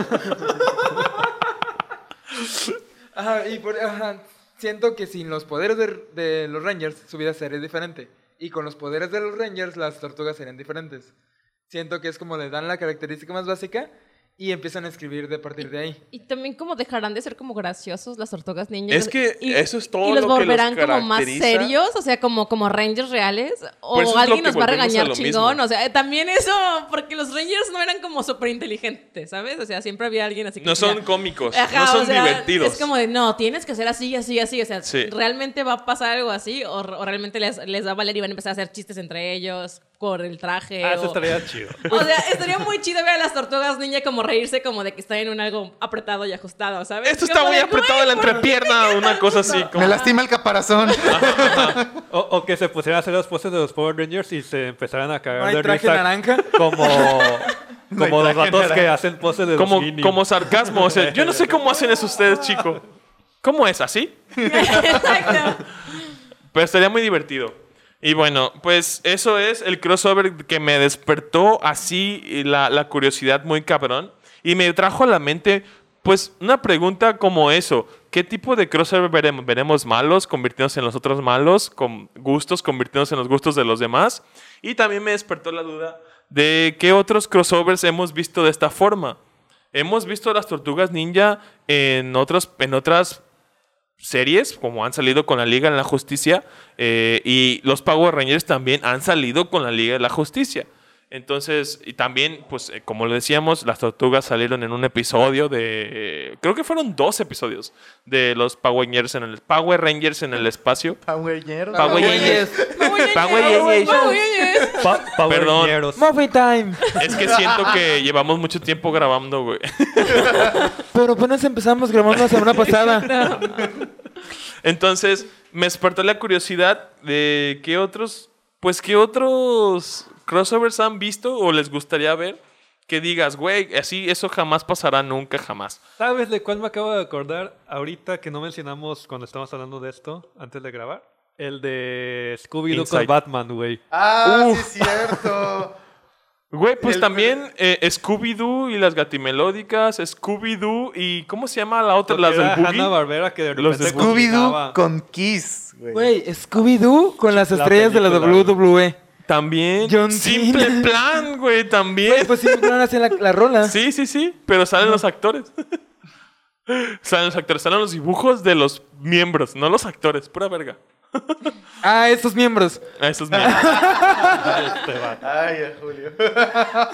Speaker 1: Ajá, y por- ajá, siento que sin los poderes de, de los Rangers, su vida sería diferente. Y con los poderes de los Rangers, las tortugas serían diferentes. Siento que es como le dan la característica más básica y empiezan a escribir de partir de ahí.
Speaker 6: Y también como dejarán de ser como graciosos las tortugas ninjas.
Speaker 5: Es que
Speaker 6: Y-
Speaker 5: eso es todo
Speaker 6: Y los
Speaker 5: lo que los
Speaker 6: volverán como más
Speaker 5: caracteriza.
Speaker 6: serios, o sea, como, como rangers reales. O
Speaker 5: Pues eso es lo
Speaker 6: alguien
Speaker 5: que
Speaker 6: nos va a
Speaker 5: volvemos a
Speaker 6: regañar
Speaker 5: lo
Speaker 6: chingón.
Speaker 5: mismo.
Speaker 6: O sea, eh, también eso, porque los rangers no eran como súper inteligentes, ¿sabes? O sea, siempre había alguien así que...
Speaker 5: No son
Speaker 6: decía,
Speaker 5: cómicos,
Speaker 6: Ajá,
Speaker 5: no son
Speaker 6: o sea,
Speaker 5: divertidos.
Speaker 6: Es como de, no, tienes que ser así, así, así. O sea,
Speaker 5: Sí.
Speaker 6: ¿realmente va a pasar algo así? ¿O, o realmente les, les va a valer y van a empezar a hacer chistes entre ellos por el traje?
Speaker 3: Ah, eso
Speaker 6: o-
Speaker 3: estaría chido.
Speaker 6: o sea, estaría muy chido ver a las tortugas ninja como reírse como de que están en un algo apretado y ajustado, ¿sabes?
Speaker 5: Esto
Speaker 6: Como
Speaker 5: está muy
Speaker 6: de,
Speaker 5: apretado en la
Speaker 6: "Güey, ¿por qué
Speaker 5: entrepierna, una cosa así.
Speaker 4: Me
Speaker 5: Como...
Speaker 4: lastima el caparazón.
Speaker 3: O, o que se pusieran a hacer las poses de los Power Rangers y se empezaran a cagar
Speaker 1: ¿No hay
Speaker 3: de
Speaker 1: traje
Speaker 3: risa
Speaker 1: naranja?
Speaker 3: Como,
Speaker 4: No hay
Speaker 3: como los
Speaker 4: traje
Speaker 3: ratos que
Speaker 4: naranja.
Speaker 3: hacen poses de
Speaker 5: como,
Speaker 3: los Gini.
Speaker 5: como sarcasmo. O sea, yo no sé cómo hacen eso ustedes, chico. ¿Cómo es? ¿Así?
Speaker 6: Exacto.
Speaker 5: Pero estaría muy divertido. Y bueno, pues eso es el crossover que me despertó así la, la curiosidad muy cabrón. Y me trajo a la mente, pues, una pregunta como eso. ¿Qué tipo de crossover veremos? ¿Veremos malos convirtiéndose en los otros malos? ¿Con gustos convirtiéndose en los gustos de los demás? Y también me despertó la duda de qué otros crossovers hemos visto de esta forma. Hemos visto a las tortugas ninja en, otros, en otras series, como han salido con la Liga de la Justicia, eh, y los Power Rangers también han salido con la Liga de la Justicia. Entonces, y también, pues, eh, como lo decíamos, las tortugas salieron en un episodio de. creo que fueron dos episodios de los Power Rangers en el, Power Rangers en el espacio.
Speaker 4: Power
Speaker 5: Power Rangers. Power Rangers.
Speaker 3: Pa- Power
Speaker 5: Perdón.
Speaker 3: Rangeros.
Speaker 1: Muffy Time.
Speaker 5: Es que siento que llevamos mucho tiempo grabando, güey.
Speaker 1: Pero apenas empezamos grabando la semana pasada.
Speaker 5: Entonces, me despertó la curiosidad de qué otros, pues qué otros crossovers han visto o les gustaría ver que digas, güey, así eso jamás pasará nunca jamás.
Speaker 3: ¿Sabes de cuál me acabo de acordar ahorita que no mencionamos cuando estábamos hablando de esto antes de grabar? El de Scooby-Doo con
Speaker 5: Inside.
Speaker 3: Batman, güey.
Speaker 4: Ah, sí es cierto.
Speaker 5: Güey, pues
Speaker 4: El-
Speaker 5: también eh, Scooby-Doo y las gatimelódicas, Scooby-Doo y ¿cómo se llama la otra? Las del Boogie.
Speaker 3: Hanna Barbera que de
Speaker 5: Los de
Speaker 3: repente combinaba.
Speaker 4: Scooby-Doo con Kiss, güey.
Speaker 1: Güey, Scooby-Doo con las
Speaker 3: La
Speaker 1: estrellas de la E.
Speaker 3: película.
Speaker 1: WWE.
Speaker 5: También.
Speaker 1: John
Speaker 5: Simple
Speaker 1: Cena.
Speaker 5: plan, güey, también.
Speaker 1: Güey, pues sí, no hacían la, la rola.
Speaker 5: Sí, sí, sí, pero salen los actores. salen los actores, salen los dibujos de los miembros, no los actores, pura verga.
Speaker 1: Ah, estos miembros.
Speaker 5: A esos miembros. este
Speaker 4: Ay, a Julio.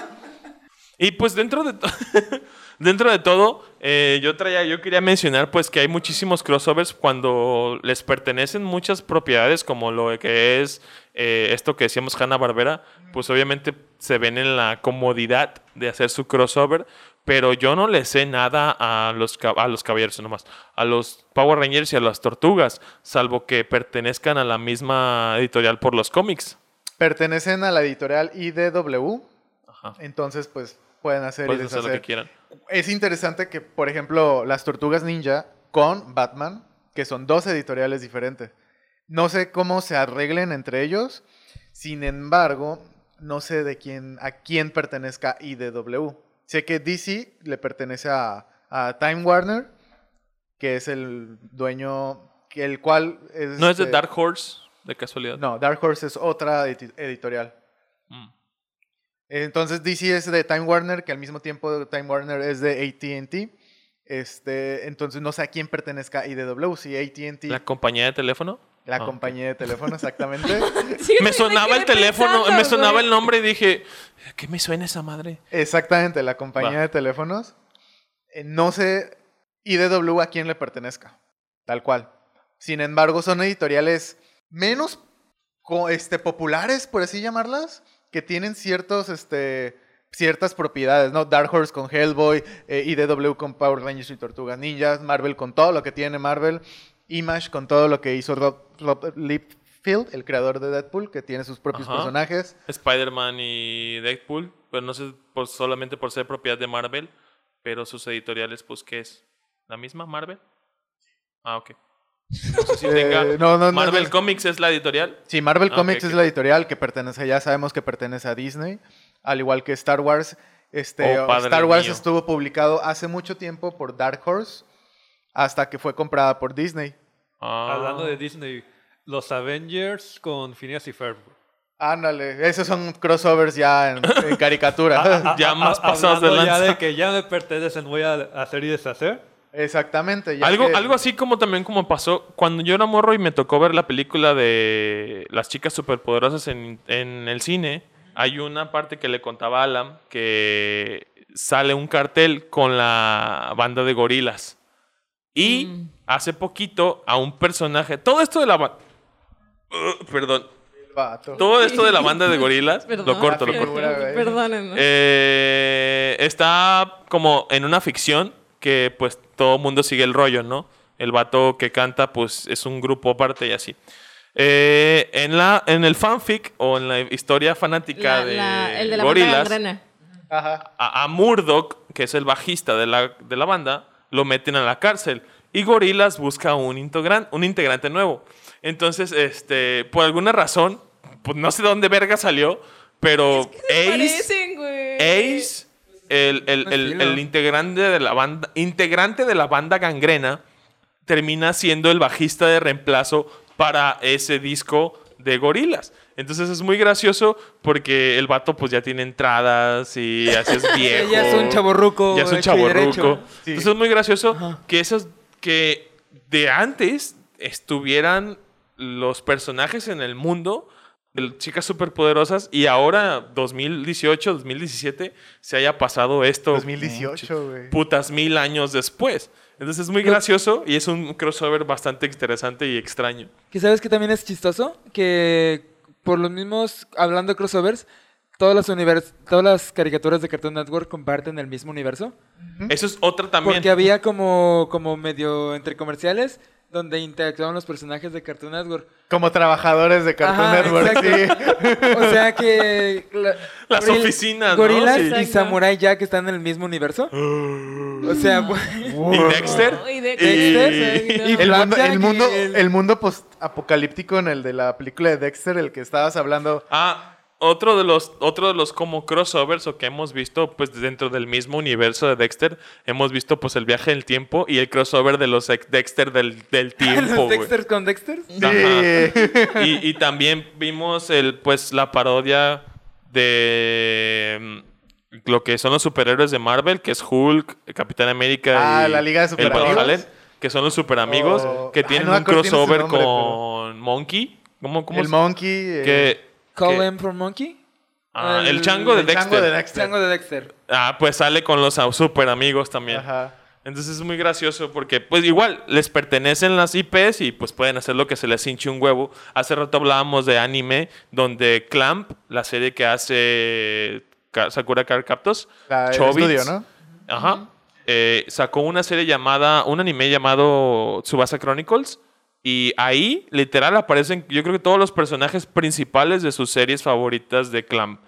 Speaker 5: y pues dentro de to- dentro de todo, eh, yo traía, yo quería mencionar pues que hay muchísimos crossovers cuando les pertenecen muchas propiedades, como lo que es eh, esto que decíamos Hanna Barbera, pues obviamente se ven en la comodidad de hacer su crossover. Pero yo no le sé nada a los, ca- a los caballeros nomás, a los Power Rangers y a las tortugas, salvo que pertenezcan a la misma editorial por los cómics.
Speaker 4: Pertenecen a la editorial IDW.
Speaker 5: Ajá.
Speaker 4: Entonces, pues, pueden hacer y
Speaker 5: Pueden hacer lo que
Speaker 4: deshacer.
Speaker 5: quieran.
Speaker 4: Es interesante que, por ejemplo, las Tortugas Ninja con Batman, que son dos editoriales diferentes. No sé cómo se arreglen entre ellos. Sin embargo, no sé de quién a quién pertenezca IDW. Sé que DC le pertenece a, a Time Warner, que es el dueño, que el cual es
Speaker 5: ¿No es de
Speaker 4: este,
Speaker 5: Dark Horse, de casualidad?
Speaker 4: No, Dark Horse es otra edi- editorial.
Speaker 5: Mm.
Speaker 4: Entonces DC es de Time Warner, que al mismo tiempo Time Warner es de ATT. Este, entonces no sé a quién pertenezca IDW, si ATT,
Speaker 5: ¿La
Speaker 4: la,
Speaker 5: compañía de teléfono? ah, ok.
Speaker 4: compañía de teléfono exactamente.
Speaker 6: Sí,
Speaker 5: Me
Speaker 6: sí,
Speaker 5: sonaba el
Speaker 6: quedé
Speaker 5: teléfono,
Speaker 6: pensando,
Speaker 5: me sonaba
Speaker 6: güey.
Speaker 5: el nombre y dije, ¿qué me suena esa madre?
Speaker 4: exactamente, la compañía
Speaker 5: Va.
Speaker 4: de teléfonos. Eh, No sé IDW a quién le pertenezca, tal cual. Sin embargo, son editoriales menos co- este, populares, por así llamarlas, que tienen ciertos, este, ciertas propiedades, ¿no? Dark Horse con Hellboy, eh, IDW con Power Rangers y Tortugas Ninjas, Marvel con todo lo que tiene Marvel, Image con todo lo que hizo Rob, Rob Liefeld, el creador de Deadpool, que tiene sus propios
Speaker 5: Ajá.
Speaker 4: personajes.
Speaker 5: Spider-Man y Deadpool, pero no sé por, solamente por ser propiedad de Marvel, pero sus editoriales, pues, ¿qué es? ¿La misma Marvel? Ah, ok. No sé si
Speaker 4: Eh,
Speaker 5: tenga...
Speaker 4: no, no, no,
Speaker 5: Marvel
Speaker 4: no.
Speaker 5: Comics es la editorial.
Speaker 4: Sí, Marvel
Speaker 5: Ah, ok,
Speaker 4: Comics
Speaker 5: ok.
Speaker 4: es la editorial que pertenece, ya sabemos que pertenece a Disney, al igual que Star Wars. Este,
Speaker 5: Oh, padre
Speaker 4: Star Wars
Speaker 5: mío.
Speaker 4: estuvo publicado hace mucho tiempo por Dark Horse hasta que fue comprada por Disney.
Speaker 5: Ah.
Speaker 3: Hablando de Disney, los Avengers con Phineas y Ferb.
Speaker 4: Ándale, esos son crossovers ya en, en
Speaker 3: Ah,
Speaker 4: caricatura.
Speaker 5: Ya
Speaker 3: ah,
Speaker 5: más
Speaker 3: ah,
Speaker 5: pasados de
Speaker 3: hablando
Speaker 5: lanza.
Speaker 3: Ya de que ya me pertenecen, voy a hacer y deshacer.
Speaker 4: Exactamente. ya
Speaker 5: Algo,
Speaker 4: que-
Speaker 5: algo así como también como pasó cuando yo era morro y me tocó ver la película de las chicas superpoderosas en, en el cine. Hay una parte que le contaba a Alan que sale un cartel con la banda de gorilas. Y
Speaker 6: Mm.
Speaker 5: hace poquito a un personaje. Todo esto de la ba- Ugh, perdón.
Speaker 4: Vato.
Speaker 5: Todo esto de la banda de gorilas.
Speaker 6: Perdón.
Speaker 5: lo corto, lo corto.
Speaker 4: Figura, güey.
Speaker 6: Perdónenme.
Speaker 5: Eh, está como en una ficción que pues todo mundo sigue el rollo, ¿no? El vato que canta pues es un grupo aparte y así. Eh, en, la, en el fanfic o en la historia fanática
Speaker 6: La-
Speaker 5: de,
Speaker 6: la- el de la banda
Speaker 5: Gorilas,
Speaker 6: gangrena.
Speaker 4: Ajá.
Speaker 5: a, a Murdoch, que es el bajista de la, de la banda, lo meten a la cárcel. Y Gorilas busca un, integran- un integrante nuevo. Entonces, este, por alguna razón, pues no sé dónde verga salió, pero
Speaker 6: Se
Speaker 5: Ace
Speaker 6: parecen, güey.
Speaker 5: Ace, el, el-
Speaker 1: Pues
Speaker 5: el- el integrante de la banda, integrante de la banda Gangrena, termina siendo el bajista de reemplazo para ese disco de gorilas. Entonces es muy gracioso porque el vato pues ya tiene entradas y así es viejo.
Speaker 1: ya es un chaborruco
Speaker 5: Oh. Ya es un
Speaker 1: hecho y
Speaker 5: chaborruco.
Speaker 1: derecho.
Speaker 4: Sí.
Speaker 5: Entonces es muy gracioso que esos que de antes estuvieran los personajes en el mundo de las chicas superpoderosas y ahora 2018, 2017 se haya pasado esto
Speaker 4: 2018, güey.
Speaker 5: putas mil años después. Entonces es
Speaker 1: Pues
Speaker 5: muy gracioso y es un crossover bastante interesante y extraño.
Speaker 1: Que sabes que también es chistoso, que por los mismos, hablando de crossovers, todas las, univers todas las caricaturas de Cartoon Network comparten el mismo universo.
Speaker 5: Eso es otra también.
Speaker 1: Porque había como, como medio entre comerciales, donde interactuaban los personajes de Cartoon Network.
Speaker 4: Como trabajadores de Cartoon
Speaker 1: Ajá,
Speaker 4: Network,
Speaker 1: exacto.
Speaker 4: sí.
Speaker 1: O sea que. la-
Speaker 5: Las
Speaker 1: goril-
Speaker 5: oficinas, ¿no?
Speaker 1: Gorilas
Speaker 5: Sí. Ah.
Speaker 1: y
Speaker 6: Exacto.
Speaker 1: Samurai Jack están en el mismo universo. o sea,
Speaker 5: Mm.
Speaker 1: pues,
Speaker 5: ¿Y Dexter?
Speaker 6: Oh, Y
Speaker 5: Y-
Speaker 6: Dexter,
Speaker 1: y-
Speaker 4: El mundo,
Speaker 1: Blackjack y
Speaker 4: el mundo,
Speaker 1: el-
Speaker 4: el mundo post-apocalíptico en el de la película de Dexter, el que estabas hablando.
Speaker 5: Ah, otro de los, otro de los como crossovers o que hemos visto, pues dentro del mismo universo de Dexter, hemos visto pues el viaje del tiempo y el crossover de los ex- Dexter del, del tiempo,
Speaker 1: los
Speaker 5: güey.
Speaker 1: Dexters con Dexters.
Speaker 4: Sí.
Speaker 5: y, y también vimos el, pues, la parodia de mm, lo que son los superhéroes de Marvel, que es Hulk, Capitán América
Speaker 4: Ah,
Speaker 5: y
Speaker 4: la Liga de
Speaker 5: el
Speaker 4: Superamigos.
Speaker 5: Van Halen, que son los superamigos,
Speaker 4: Oh.
Speaker 5: que
Speaker 4: Ay,
Speaker 5: tienen
Speaker 4: no me
Speaker 5: un
Speaker 4: acuerdo, tiene su
Speaker 5: crossover
Speaker 4: nombre,
Speaker 5: con Monkey. ¿Cómo, cómo
Speaker 4: el
Speaker 5: se-
Speaker 4: Monkey. eh,
Speaker 5: que,
Speaker 1: Call
Speaker 5: que-
Speaker 1: M for Monkey.
Speaker 5: ah, el,
Speaker 1: el-
Speaker 5: chango de
Speaker 4: el
Speaker 5: Dexter.
Speaker 4: chango de Dexter.
Speaker 1: Chango de Dexter.
Speaker 5: Ah, pues sale con los ah, super amigos también.
Speaker 4: Ajá.
Speaker 5: Entonces es muy gracioso porque, pues igual, les pertenecen las IPs y pues pueden hacer lo que se les hinche un huevo. Hace rato hablábamos de anime, donde Clamp, la serie que hace Ka- Sakura Card Captors,
Speaker 4: La- el
Speaker 5: Chobits,
Speaker 4: estudio, ¿no?
Speaker 5: Ajá. eh, sacó una serie llamada, un anime llamado Tsubasa Chronicles. Y ahí, literal, aparecen, yo creo que todos los personajes principales de sus series favoritas de Clamp.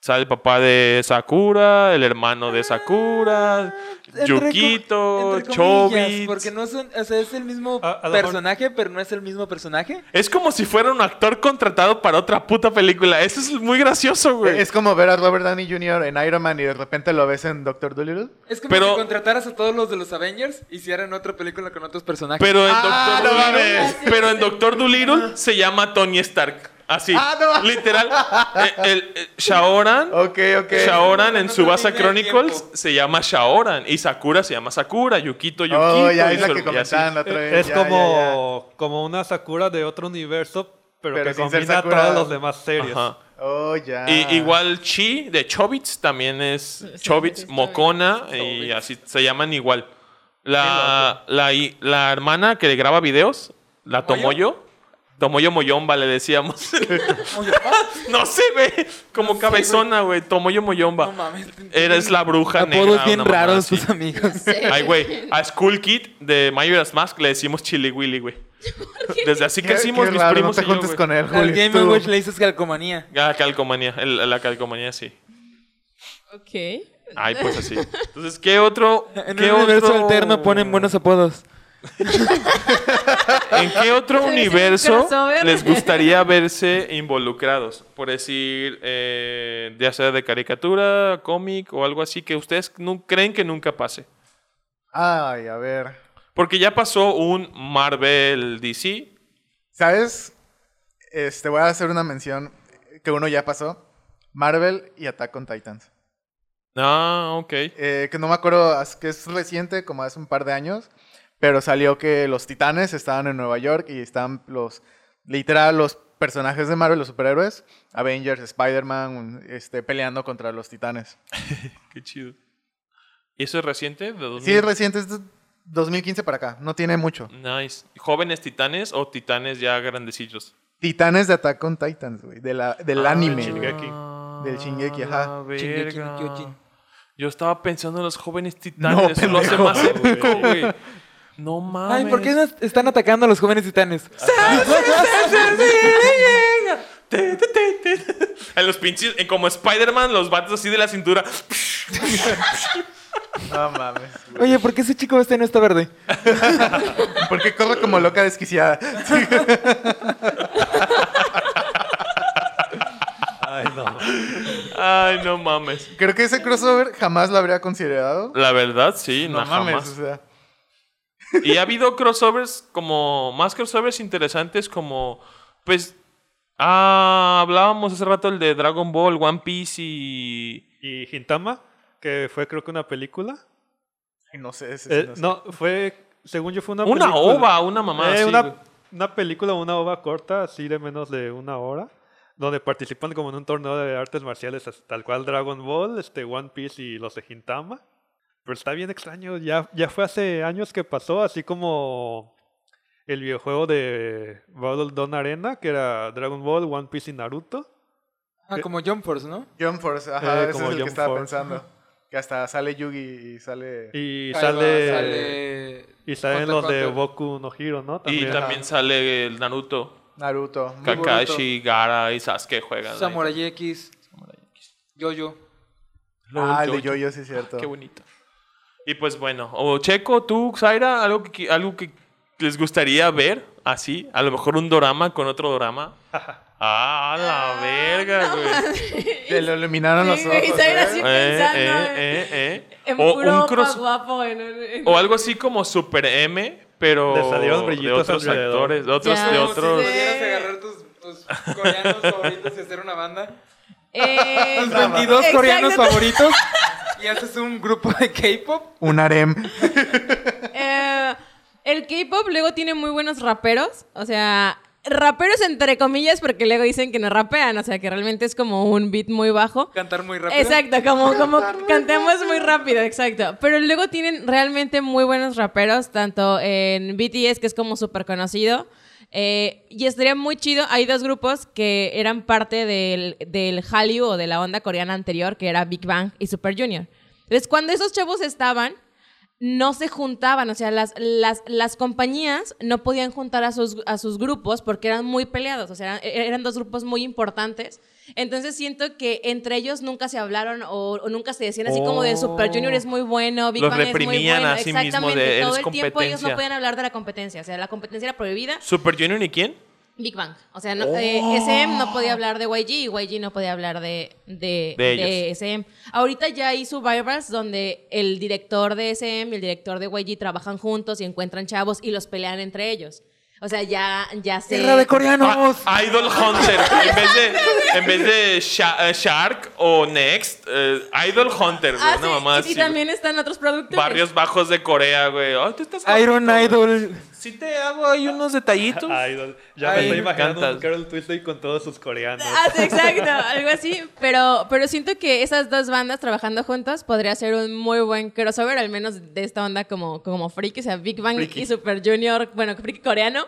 Speaker 5: Sale el papá de Sakura, el hermano de Sakura,
Speaker 1: Ah, Entre com-
Speaker 5: Yukito,
Speaker 1: entre comillas,
Speaker 5: Chobits.
Speaker 1: Porque no son, o sea, es el mismo
Speaker 3: A- a lo mejor-
Speaker 1: personaje, pero no es el mismo personaje.
Speaker 5: Es como si fuera un actor contratado para otra puta película. Eso es muy gracioso, güey.
Speaker 4: Es como ver a Robert Downey Jr. en Iron Man y de repente lo ves en Doctor Dolittle.
Speaker 1: Es como
Speaker 5: Pero-
Speaker 1: si contrataras a todos los de los Avengers, hicieran otra película con otros personajes.
Speaker 5: Pero en
Speaker 4: Ah,
Speaker 5: Doctor
Speaker 4: no
Speaker 5: Dolittle,
Speaker 4: mames.
Speaker 5: pero en Doctor Dolittle se llama Tony Stark. Así,
Speaker 4: Ah, no mames.
Speaker 5: literal. El, el- el Shaoran,
Speaker 4: Ok, ok.
Speaker 5: Shaoran en
Speaker 1: No
Speaker 5: Subasa
Speaker 1: tiene
Speaker 5: Chronicles
Speaker 1: tiempo.
Speaker 5: se llama Shaoran y Sakura se llama Sakura, Yukito Yukito.
Speaker 4: Oh, ya
Speaker 5: y
Speaker 4: es la
Speaker 5: su-
Speaker 4: que
Speaker 5: y así.
Speaker 4: comentaban la otra vez.
Speaker 3: Es
Speaker 4: ya, ya,
Speaker 3: como, como una Sakura de otro universo, pero,
Speaker 4: Pero
Speaker 3: que
Speaker 4: sin ser
Speaker 3: combina
Speaker 4: Sakura.
Speaker 3: todas las demás series.
Speaker 5: Ajá.
Speaker 4: ya. Oh, ya.
Speaker 5: Y igual Chi de Chobits también es Chobits, Mocona y así se llaman igual. La, la, hi- la hermana que le graba videos, la Tomoyo, Tomoyo Moyomba le decíamos. no sé, ve, como cabezona, güey, Tomoyo Moyomba.
Speaker 1: No mames.
Speaker 5: Eres la bruja negra.
Speaker 1: Apodos bien
Speaker 5: una mamá
Speaker 1: raros
Speaker 5: así.
Speaker 1: tus amigos.
Speaker 5: Ay, güey, a School Kid de Majora's Mask le decimos Chili Willy, güey. Desde así
Speaker 4: Qué-
Speaker 5: crecimos
Speaker 4: qué
Speaker 5: mis
Speaker 4: raro,
Speaker 5: primos
Speaker 4: No
Speaker 5: y
Speaker 4: te
Speaker 5: yo,
Speaker 4: juntes
Speaker 5: güey.
Speaker 4: con él,
Speaker 1: Al
Speaker 4: Julio.
Speaker 1: Game
Speaker 4: tú.
Speaker 1: Watch le dices calcomanía.
Speaker 5: Ah, calcomanía, el- la calcomanía sí.
Speaker 6: Ok.
Speaker 5: Ay, pues así. Entonces, ¿qué otro?
Speaker 1: En
Speaker 5: qué
Speaker 1: un universo
Speaker 5: otro-
Speaker 1: alterno ponen buenos apodos.
Speaker 5: ¿En qué otro
Speaker 6: Se dice
Speaker 5: universo
Speaker 6: crossover.
Speaker 5: les gustaría verse involucrados? Por decir, eh, ya sea de caricatura, cómic o algo así que ustedes nu- creen que nunca pase.
Speaker 4: Ay, a ver.
Speaker 5: Porque ya pasó un Marvel DC.
Speaker 4: ¿Sabes? Este, voy a hacer una mención que uno ya pasó. Marvel y Attack on Titans.
Speaker 5: Ah, ok.
Speaker 4: Eh, que no me acuerdo, as- que es reciente, como hace un par de años, pero salió que los titanes estaban en Nueva York y estaban los, literal, los personajes de Marvel, los superhéroes, Avengers, Spider-Man, este, peleando contra los titanes.
Speaker 5: Qué chido. ¿Y eso es reciente? ¿De 2000?
Speaker 4: Sí, es reciente, es de 2015 para acá, no tiene mucho.
Speaker 5: Nice. ¿Jóvenes titanes o titanes ya grandecillos?
Speaker 4: Titanes de Attack on Titans, güey, de la, del
Speaker 5: Ah,
Speaker 4: anime.
Speaker 5: del
Speaker 4: güey.
Speaker 3: Shingeki.
Speaker 4: Del Shingeki,
Speaker 5: Ah,
Speaker 4: ajá.
Speaker 5: la
Speaker 1: Shingeki no
Speaker 5: verga.
Speaker 1: Kyojin.
Speaker 5: Yo estaba pensando en los jóvenes titanes.
Speaker 4: No,
Speaker 5: eso lo hace
Speaker 4: pendejo.
Speaker 5: más épico, güey. No mames.
Speaker 1: Ay, ¿por qué nos están atacando a los jóvenes titanes?
Speaker 5: Te, te, te, te. En los pinches, en como Spider-Man, los vatos así de la cintura.
Speaker 4: No mames. güey.
Speaker 1: Oye, ¿por qué ese chico este no está verde?
Speaker 4: Porque corre como loca desquiciada.
Speaker 3: Ay, no.
Speaker 5: Ay, no mames.
Speaker 4: Creo que ese crossover jamás lo habría considerado.
Speaker 5: La verdad, sí, no,
Speaker 4: No mames,
Speaker 5: jamás.
Speaker 4: o sea.
Speaker 5: Y ha habido crossovers como. Más crossovers interesantes como. Pues. Ah, hablábamos hace rato el de Dragon Ball, One Piece y.
Speaker 3: Y Hintama, que fue creo que una película.
Speaker 4: Ay, No sé, ese sí
Speaker 3: Eh,
Speaker 4: no sé.
Speaker 3: no, fue, según yo fue una
Speaker 5: Una
Speaker 3: película.
Speaker 5: ova, una mamá.
Speaker 3: Eh,
Speaker 5: así, güey.
Speaker 3: una, una película, una ova corta, así de menos de una hora, donde participan como en un torneo de artes marciales, as- tal cual Dragon Ball, este One Piece y los de Hintama. Pero está bien extraño, ya, ya fue hace años que pasó, así como el videojuego de Battle Dawn Arena, que era Dragon Ball, One Piece y Naruto.
Speaker 1: Ah, como Jump Force, ¿no?
Speaker 4: John Force, ajá,
Speaker 3: Eh,
Speaker 4: ese
Speaker 3: como
Speaker 4: es el
Speaker 3: John
Speaker 4: que estaba
Speaker 3: Force,
Speaker 4: pensando.
Speaker 3: ajá.
Speaker 4: Que Que hasta sale Yugi y sale...
Speaker 3: Y
Speaker 1: Kaiba,
Speaker 3: sale,
Speaker 1: sale
Speaker 3: Y salen
Speaker 1: Hunter
Speaker 3: los de
Speaker 1: Hunter.
Speaker 3: Boku no Hiro, ¿no?
Speaker 5: Y también sale el Naruto,
Speaker 4: Naruto. Muy bonito.
Speaker 5: Kakashi, Gara y Sasuke juegan. ahí.
Speaker 1: Samurai X. Yo-Yo.
Speaker 5: Luego
Speaker 4: ah,
Speaker 5: el
Speaker 4: el de
Speaker 5: Jojo.
Speaker 4: Yoyo, sí es cierto.
Speaker 5: Qué bonito. Y pues bueno, o Checo, tú, Zaira, algo que, qui- algo que les gustaría ver así, a lo mejor un dorama con otro dorama. ah, la verga,
Speaker 6: Ah, no
Speaker 5: güey.
Speaker 4: Le lo iluminaron los
Speaker 6: Sí,
Speaker 4: ojos.
Speaker 6: güey, Zaira
Speaker 4: ¿eh?
Speaker 6: sí.
Speaker 5: Eh,
Speaker 6: pensando
Speaker 5: eh, eh, eh.
Speaker 6: En
Speaker 5: O
Speaker 6: puro
Speaker 5: un
Speaker 6: opa
Speaker 5: cross-
Speaker 6: guapo. en- en-
Speaker 5: o algo así como Super M, pero
Speaker 3: Le salieron
Speaker 5: de
Speaker 3: brillitos
Speaker 5: otros
Speaker 3: alrededor.
Speaker 5: actores, de otros,
Speaker 6: Ya,
Speaker 5: de
Speaker 6: sí,
Speaker 5: otros.
Speaker 6: sí.
Speaker 1: Pues, pudieras agarrar tus, tus coreanos favoritos y hacer una banda.
Speaker 6: Eh,
Speaker 1: Tus 22
Speaker 6: exacto.
Speaker 1: coreanos favoritos y haces un grupo de K-pop.
Speaker 4: Un harem.
Speaker 6: Eh, el K-pop luego tiene muy buenos raperos. O sea, raperos entre comillas, porque luego dicen que no rapean. O sea, que realmente es como un beat muy bajo.
Speaker 1: Cantar muy rápido.
Speaker 6: Exacto, como, como cantemos muy rápido, exacto. Pero luego tienen realmente muy buenos raperos, tanto en BTS, que es como súper conocido. eh, y estaría muy chido. Hay dos grupos que eran parte del, del Hallyu o de la onda coreana anterior, que era Big Bang y Super Junior. Entonces, cuando esos chavos estaban, no se juntaban, o sea, las, las, las compañías no podían juntar a sus, a sus grupos porque eran muy peleados, o sea, eran, eran dos grupos muy importantes. Entonces siento que entre ellos nunca se hablaron o, o nunca se decían así como de Super Junior es muy bueno, Big
Speaker 5: Oh. Los
Speaker 6: Bang es muy
Speaker 5: reprimían
Speaker 6: bueno.
Speaker 5: a sí mismo
Speaker 6: Exactamente,
Speaker 5: de,
Speaker 6: todo
Speaker 5: "Eres
Speaker 6: el tiempo ellos no
Speaker 5: competencia".
Speaker 6: podían hablar de la competencia, o sea, la competencia era prohibida.
Speaker 5: Super Junior y quién?
Speaker 6: Big Bang, o sea, no- eh, SM no podía hablar de YG y YG no podía hablar de, de,
Speaker 5: De
Speaker 6: de SM. Ahorita ya hay Survivors donde el director de SM y el director de YG trabajan juntos y encuentran chavos y los pelean entre ellos. O sea, ya, ya se...
Speaker 4: Guerra de coreanos.
Speaker 5: Ah, Idol Hunter. En vez de, en vez de Sha- eh, Shark o Next, eh, Idol Hunter, güey.
Speaker 6: Ah,
Speaker 5: una
Speaker 6: sí,
Speaker 5: mamada
Speaker 6: y- y,
Speaker 5: así, güey.
Speaker 6: también están otros productores.
Speaker 5: Barrios Bajos de Corea, güey. Ay, tú estás gordito,
Speaker 1: Iron
Speaker 5: güey.
Speaker 1: Idol.
Speaker 7: Sí te hago ahí unos detallitos.
Speaker 3: Ay, no, ya me
Speaker 1: Ay,
Speaker 3: estoy
Speaker 1: me
Speaker 3: imaginando un
Speaker 5: encantas.
Speaker 3: Carol Twisted con todos sus coreanos.
Speaker 6: Ah, sí, exacto, algo así. Pero, pero siento que esas dos bandas trabajando juntas podría ser un muy buen crossover, al menos de esta onda como, como freak, o sea, Big Bang y Super Junior, bueno, freak coreano.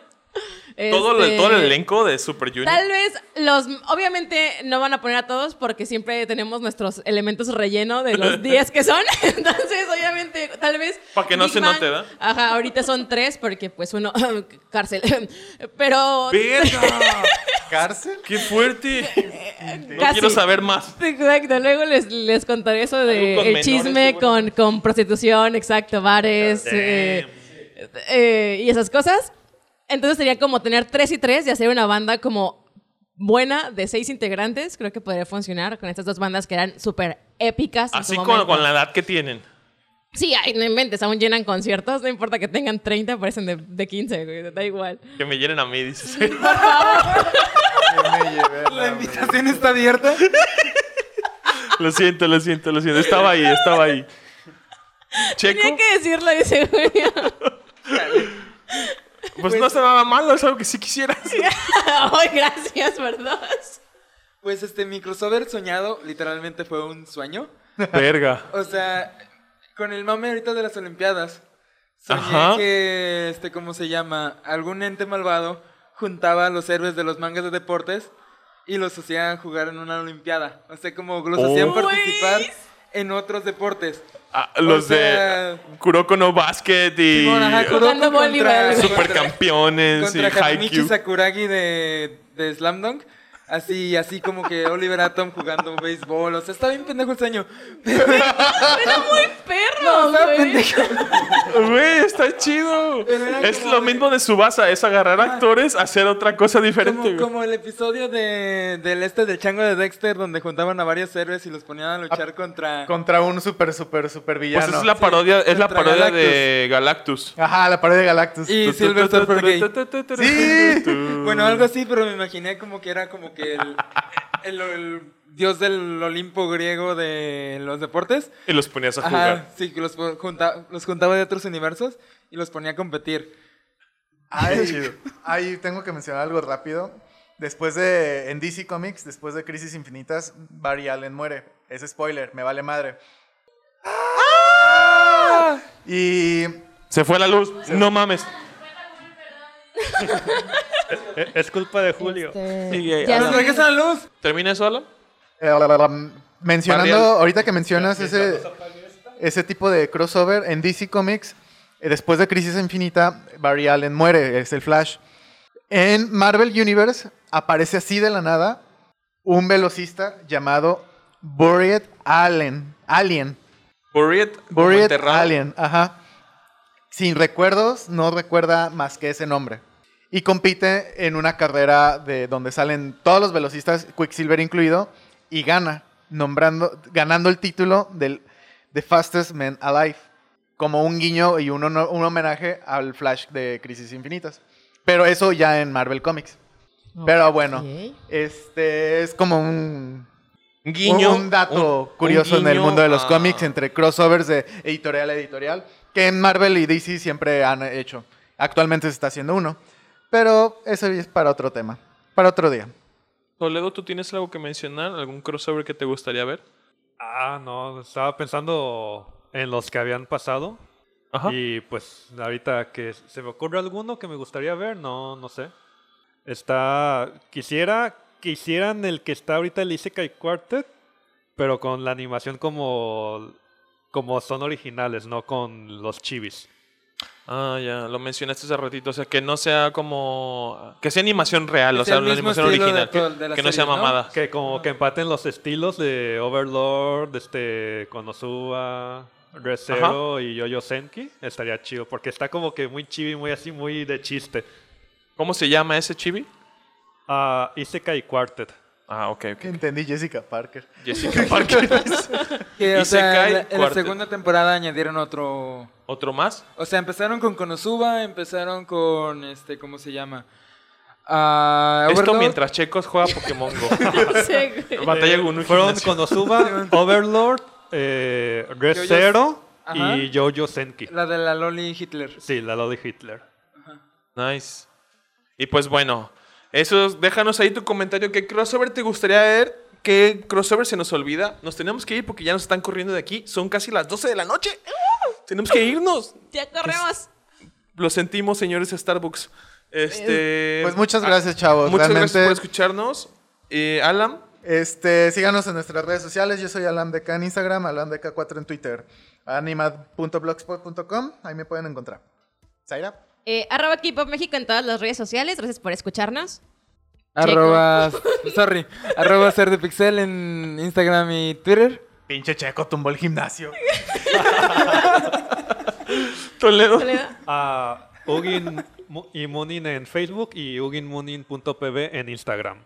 Speaker 5: Todo, el,
Speaker 6: Este,
Speaker 5: todo el elenco de Super Junior.
Speaker 6: Tal vez los, obviamente no van a poner a todos porque siempre tenemos nuestros elementos relleno de los 10 que son. Entonces, obviamente, tal vez.
Speaker 5: Pa' que no
Speaker 6: Big
Speaker 5: se
Speaker 6: Bang-
Speaker 5: note, ¿verdad?
Speaker 6: Ajá, ahorita son tres porque pues uno, cárcel. Pero
Speaker 5: ¡Verga!
Speaker 4: ¿Cárcel?
Speaker 5: ¡Qué fuerte! No
Speaker 6: Casi.
Speaker 5: quiero saber más.
Speaker 6: Exacto, luego les, les contaré eso de
Speaker 5: Algo con
Speaker 6: el
Speaker 5: menores,
Speaker 6: chisme
Speaker 5: seguro.
Speaker 6: con, con prostitución, exacto, bares eh, eh, y esas cosas. Entonces sería como tener tres y tres y hacer una banda como buena de seis integrantes. Creo que podría funcionar con estas dos bandas que eran súper épicas. en su
Speaker 5: Así con,
Speaker 6: momento.
Speaker 5: con la edad que tienen.
Speaker 6: Sí, ay, no inventes, aún llenan conciertos, no importa que tengan 30, parecen de, de 15, güey, da igual.
Speaker 5: Que me llenen a mí, dices.
Speaker 1: ah. La invitación está abierta.
Speaker 5: lo siento, lo siento, lo siento. Estaba ahí, estaba ahí. Checo,
Speaker 6: Tenía que decirlo, dice güey.
Speaker 5: pues no está nada malo, es algo que sí quisieras.
Speaker 6: Ay, gracias, perdón.
Speaker 1: Pues este, mi crossover soñado literalmente fue un sueño.
Speaker 5: Verga.
Speaker 1: O sea, con el mame ahorita de las Olimpiadas. Soñé
Speaker 5: Ajá.
Speaker 1: que, este, ¿cómo se llama? Algún ente malvado juntaba a los héroes de los mangas de deportes y los hacía jugar en una Olimpiada. O sea, como los hacían
Speaker 5: Oh.
Speaker 1: participar en otros deportes.
Speaker 5: Ah, los
Speaker 1: O sea-
Speaker 5: de Kuroko no Basket y
Speaker 1: Simón, ajá, Kuroko
Speaker 6: Jugando voleibol.
Speaker 5: Supercampeones y
Speaker 1: Contra Hanamichi
Speaker 5: Haikyuu.
Speaker 1: Sakuragi de, de Slam Dunk. Así, así como que Oliver Atom jugando béisbol. O sea, está bien pendejo el sueño.
Speaker 6: Era muy perro,
Speaker 1: Estaba
Speaker 6: güey.
Speaker 1: pendejo.
Speaker 5: Güey, está chido.
Speaker 1: Pero era
Speaker 5: Es
Speaker 1: como
Speaker 5: lo
Speaker 1: de-
Speaker 5: mismo de Subasa, es agarrar actores, hacer otra cosa diferente.
Speaker 1: Como,
Speaker 5: güey.
Speaker 1: como el episodio de, del este del chango de Dexter, donde juntaban a varios héroes y los ponían a
Speaker 5: Ah,
Speaker 1: luchar contra.
Speaker 4: Contra un super, super, super
Speaker 5: Pues
Speaker 4: villano.
Speaker 5: es la parodia, es la
Speaker 1: Contra
Speaker 5: parodia de Galactus.
Speaker 4: Ajá, la pared de Galactus.
Speaker 1: Y Silver Surfer Gay.
Speaker 4: Sí.
Speaker 1: Bueno, algo así, pero me imaginé como que era como que el, el- el dios del Olimpo griego de los deportes.
Speaker 5: Y los ponías a jugar.
Speaker 1: Ajá, sí, que los, po- junta- los juntaba de otros universos y los ponía a competir.
Speaker 4: Ay, ay, tengo que mencionar algo rápido. Después de, en DC Comics, después de Crisis Infinitas, Barry Allen muere. Es spoiler, me vale madre.
Speaker 6: ¡Ah!
Speaker 4: Y
Speaker 5: Se fue la luz. No mames.
Speaker 3: Es, Eh, es culpa de Julio.
Speaker 6: Este, Ya
Speaker 1: ¡Nos
Speaker 6: sé.
Speaker 1: regresa la luz!
Speaker 5: ¿Termina eso, Alan?
Speaker 4: eh, mencionando,
Speaker 5: Barry Allen.
Speaker 4: ahorita que mencionas ese, ese tipo de crossover en DC Comics. eh, Después de Crisis Infinita, Barry Allen muere, es el Flash. En Marvel Universe aparece así de la nada un velocista llamado Buried Allen. Alien.
Speaker 7: Buried, como
Speaker 4: Buried
Speaker 7: enterrado.
Speaker 4: Alien, ajá. Sin recuerdos, no recuerda más que ese nombre. Y compite en una carrera de donde salen todos los velocistas, Quicksilver incluido, y gana, nombrando, ganando el título del The Fastest Man Alive, como un guiño y un, hono- un homenaje al Flash de Crisis Infinitas. Pero eso ya en Marvel Comics. Pero bueno,
Speaker 6: Ok.
Speaker 4: este es como un
Speaker 7: Un guiño.
Speaker 4: un dato
Speaker 7: un- un
Speaker 4: curioso en el
Speaker 7: guiño
Speaker 4: mundo de los
Speaker 7: a-
Speaker 4: cómics entre crossovers de editorial a editorial, que en Marvel y DC siempre han hecho. Actualmente se está haciendo uno, pero eso es para otro tema, para otro día.
Speaker 5: Toledo, ¿tú tienes algo que mencionar? ¿Algún crossover que te gustaría ver?
Speaker 3: Ah, no, estaba pensando en los que habían pasado.
Speaker 5: Ajá.
Speaker 3: Y pues ahorita que se me ocurre alguno que me gustaría ver, no, no sé. Está, quisiera que hicieran el que está ahorita el Isekai Quartet, pero con la animación como, como son originales, no con los chivis.
Speaker 5: Ah, ya, lo mencionaste hace ratito. O sea, que no sea como. Que sea animación real,
Speaker 1: Que
Speaker 5: o
Speaker 1: sea
Speaker 5: sea,
Speaker 1: el
Speaker 5: la
Speaker 1: mismo
Speaker 5: animación
Speaker 1: estilo de
Speaker 5: original.
Speaker 1: todo-
Speaker 5: que
Speaker 1: de la
Speaker 5: que no sea
Speaker 1: serie, ¿no?
Speaker 5: mamada.
Speaker 3: Que como que empaten los estilos de Overlord, este, Konosuba, Resero y Yoyo Senki, estaría chido, porque está como que muy chibi, muy así, muy de chiste.
Speaker 5: ¿Cómo se llama ese chibi?
Speaker 3: Ah, Isekai Quartet.
Speaker 5: Ah, ok, ok.
Speaker 4: Entendí Jessica Parker.
Speaker 5: Jessica Parker.
Speaker 1: Que, o
Speaker 5: Y se
Speaker 1: sea,
Speaker 5: cae
Speaker 1: en la- en la
Speaker 5: cuarteto.
Speaker 1: segunda temporada añadieron otro.
Speaker 5: ¿Otro más?
Speaker 1: O sea, empezaron con Konosuba, empezaron con este, ¿cómo se llama? Ah,
Speaker 5: Esto
Speaker 1: Overlord.
Speaker 5: mientras Checos juega Pokémon Go.
Speaker 6: No sé, güey.
Speaker 5: Batalla
Speaker 3: Eh,
Speaker 5: con un
Speaker 3: Fueron
Speaker 5: gimnasio.
Speaker 3: Konosuba, Overlord, eh, Resero
Speaker 1: Ajá.
Speaker 3: y Jojo Senki.
Speaker 1: La de la Loli Hitler.
Speaker 3: Sí, la Loli Hitler.
Speaker 5: Nice. Y pues bueno, eso, déjanos ahí tu comentario. ¿Qué crossover te gustaría ver? ¿Qué crossover se nos olvida? Nos tenemos que ir porque ya nos están corriendo de aquí. Son casi las 12 de la noche. Tenemos que irnos.
Speaker 6: Ya corremos.
Speaker 5: Lo sentimos, señores Starbucks. Este,
Speaker 4: Pues muchas gracias, chavos.
Speaker 5: Muchas
Speaker 4: Realmente,
Speaker 5: gracias por escucharnos. Eh, Alan,
Speaker 4: este, síganos en nuestras redes sociales. Yo soy Alan Deca en Instagram, Alan Deca 4 en Twitter, animad.blogspot.com, ahí me pueden encontrar. Zaira.
Speaker 6: Eh, arroba K-Pop México en todas las redes sociales. Gracias por escucharnos.
Speaker 1: Arroba, sorry, arroba ser de pixel en Instagram y Twitter.
Speaker 4: Pinche checo tumbó el gimnasio.
Speaker 5: Toledo.
Speaker 6: Soledad.
Speaker 3: A Ah, Ugin Mu- y Munin en Facebook y uginmunin.pb en Instagram.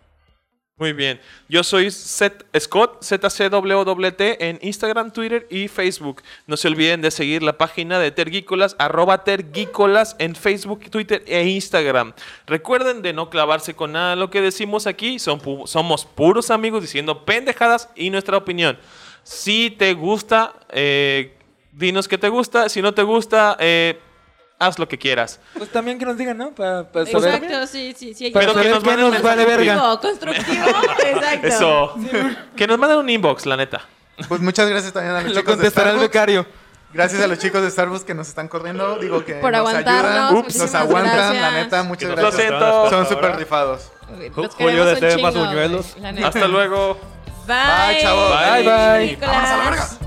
Speaker 5: Muy bien. Yo soy Seth Scott, ZCWWT en Instagram, Twitter y Facebook. No se olviden de seguir la página de Tergícolas, arroba Tergícolas en Facebook, Twitter e Instagram. Recuerden de no clavarse con nada de lo que decimos aquí. Son pu- somos puros amigos diciendo pendejadas y nuestra opinión. Si te gusta, eh, dinos que te gusta. Si no te gusta, eh, haz lo que quieras.
Speaker 1: Pues también que nos digan, ¿no? Para saber.
Speaker 6: Exacto, sí, sí, sí.
Speaker 1: Para
Speaker 5: Pero que
Speaker 1: saber
Speaker 5: nos
Speaker 1: qué
Speaker 5: manden
Speaker 1: nos vale
Speaker 5: mensajes.
Speaker 1: verga.
Speaker 6: constructivo, constructivo, exacto.
Speaker 5: Eso. Que nos manden un inbox, la neta.
Speaker 4: Pues muchas gracias también a los
Speaker 1: Lo
Speaker 4: chicos de
Speaker 1: contestará el
Speaker 4: Starbucks.
Speaker 1: becario.
Speaker 4: Gracias a los chicos de Starbucks que nos están corriendo. Digo que
Speaker 6: Por
Speaker 4: nos
Speaker 6: aguantarnos,
Speaker 4: ayudan, nos
Speaker 6: muchísimas
Speaker 4: aguantan, la
Speaker 6: gracias.
Speaker 4: neta, muchas
Speaker 3: Que nos
Speaker 5: Lo
Speaker 4: gracias.
Speaker 5: siento.
Speaker 3: hasta
Speaker 4: Son
Speaker 3: ahora.
Speaker 4: súper rifados.
Speaker 6: Los
Speaker 3: Ju-
Speaker 6: queremos
Speaker 3: Julio
Speaker 6: un
Speaker 3: desee más
Speaker 6: chingo,
Speaker 3: buñuelos.
Speaker 6: güey, la neta.
Speaker 5: Hasta luego.
Speaker 6: Bye.
Speaker 4: Bye, chavos.
Speaker 1: Bye, bye.
Speaker 6: Nicolás.
Speaker 4: Vámonos a la verga.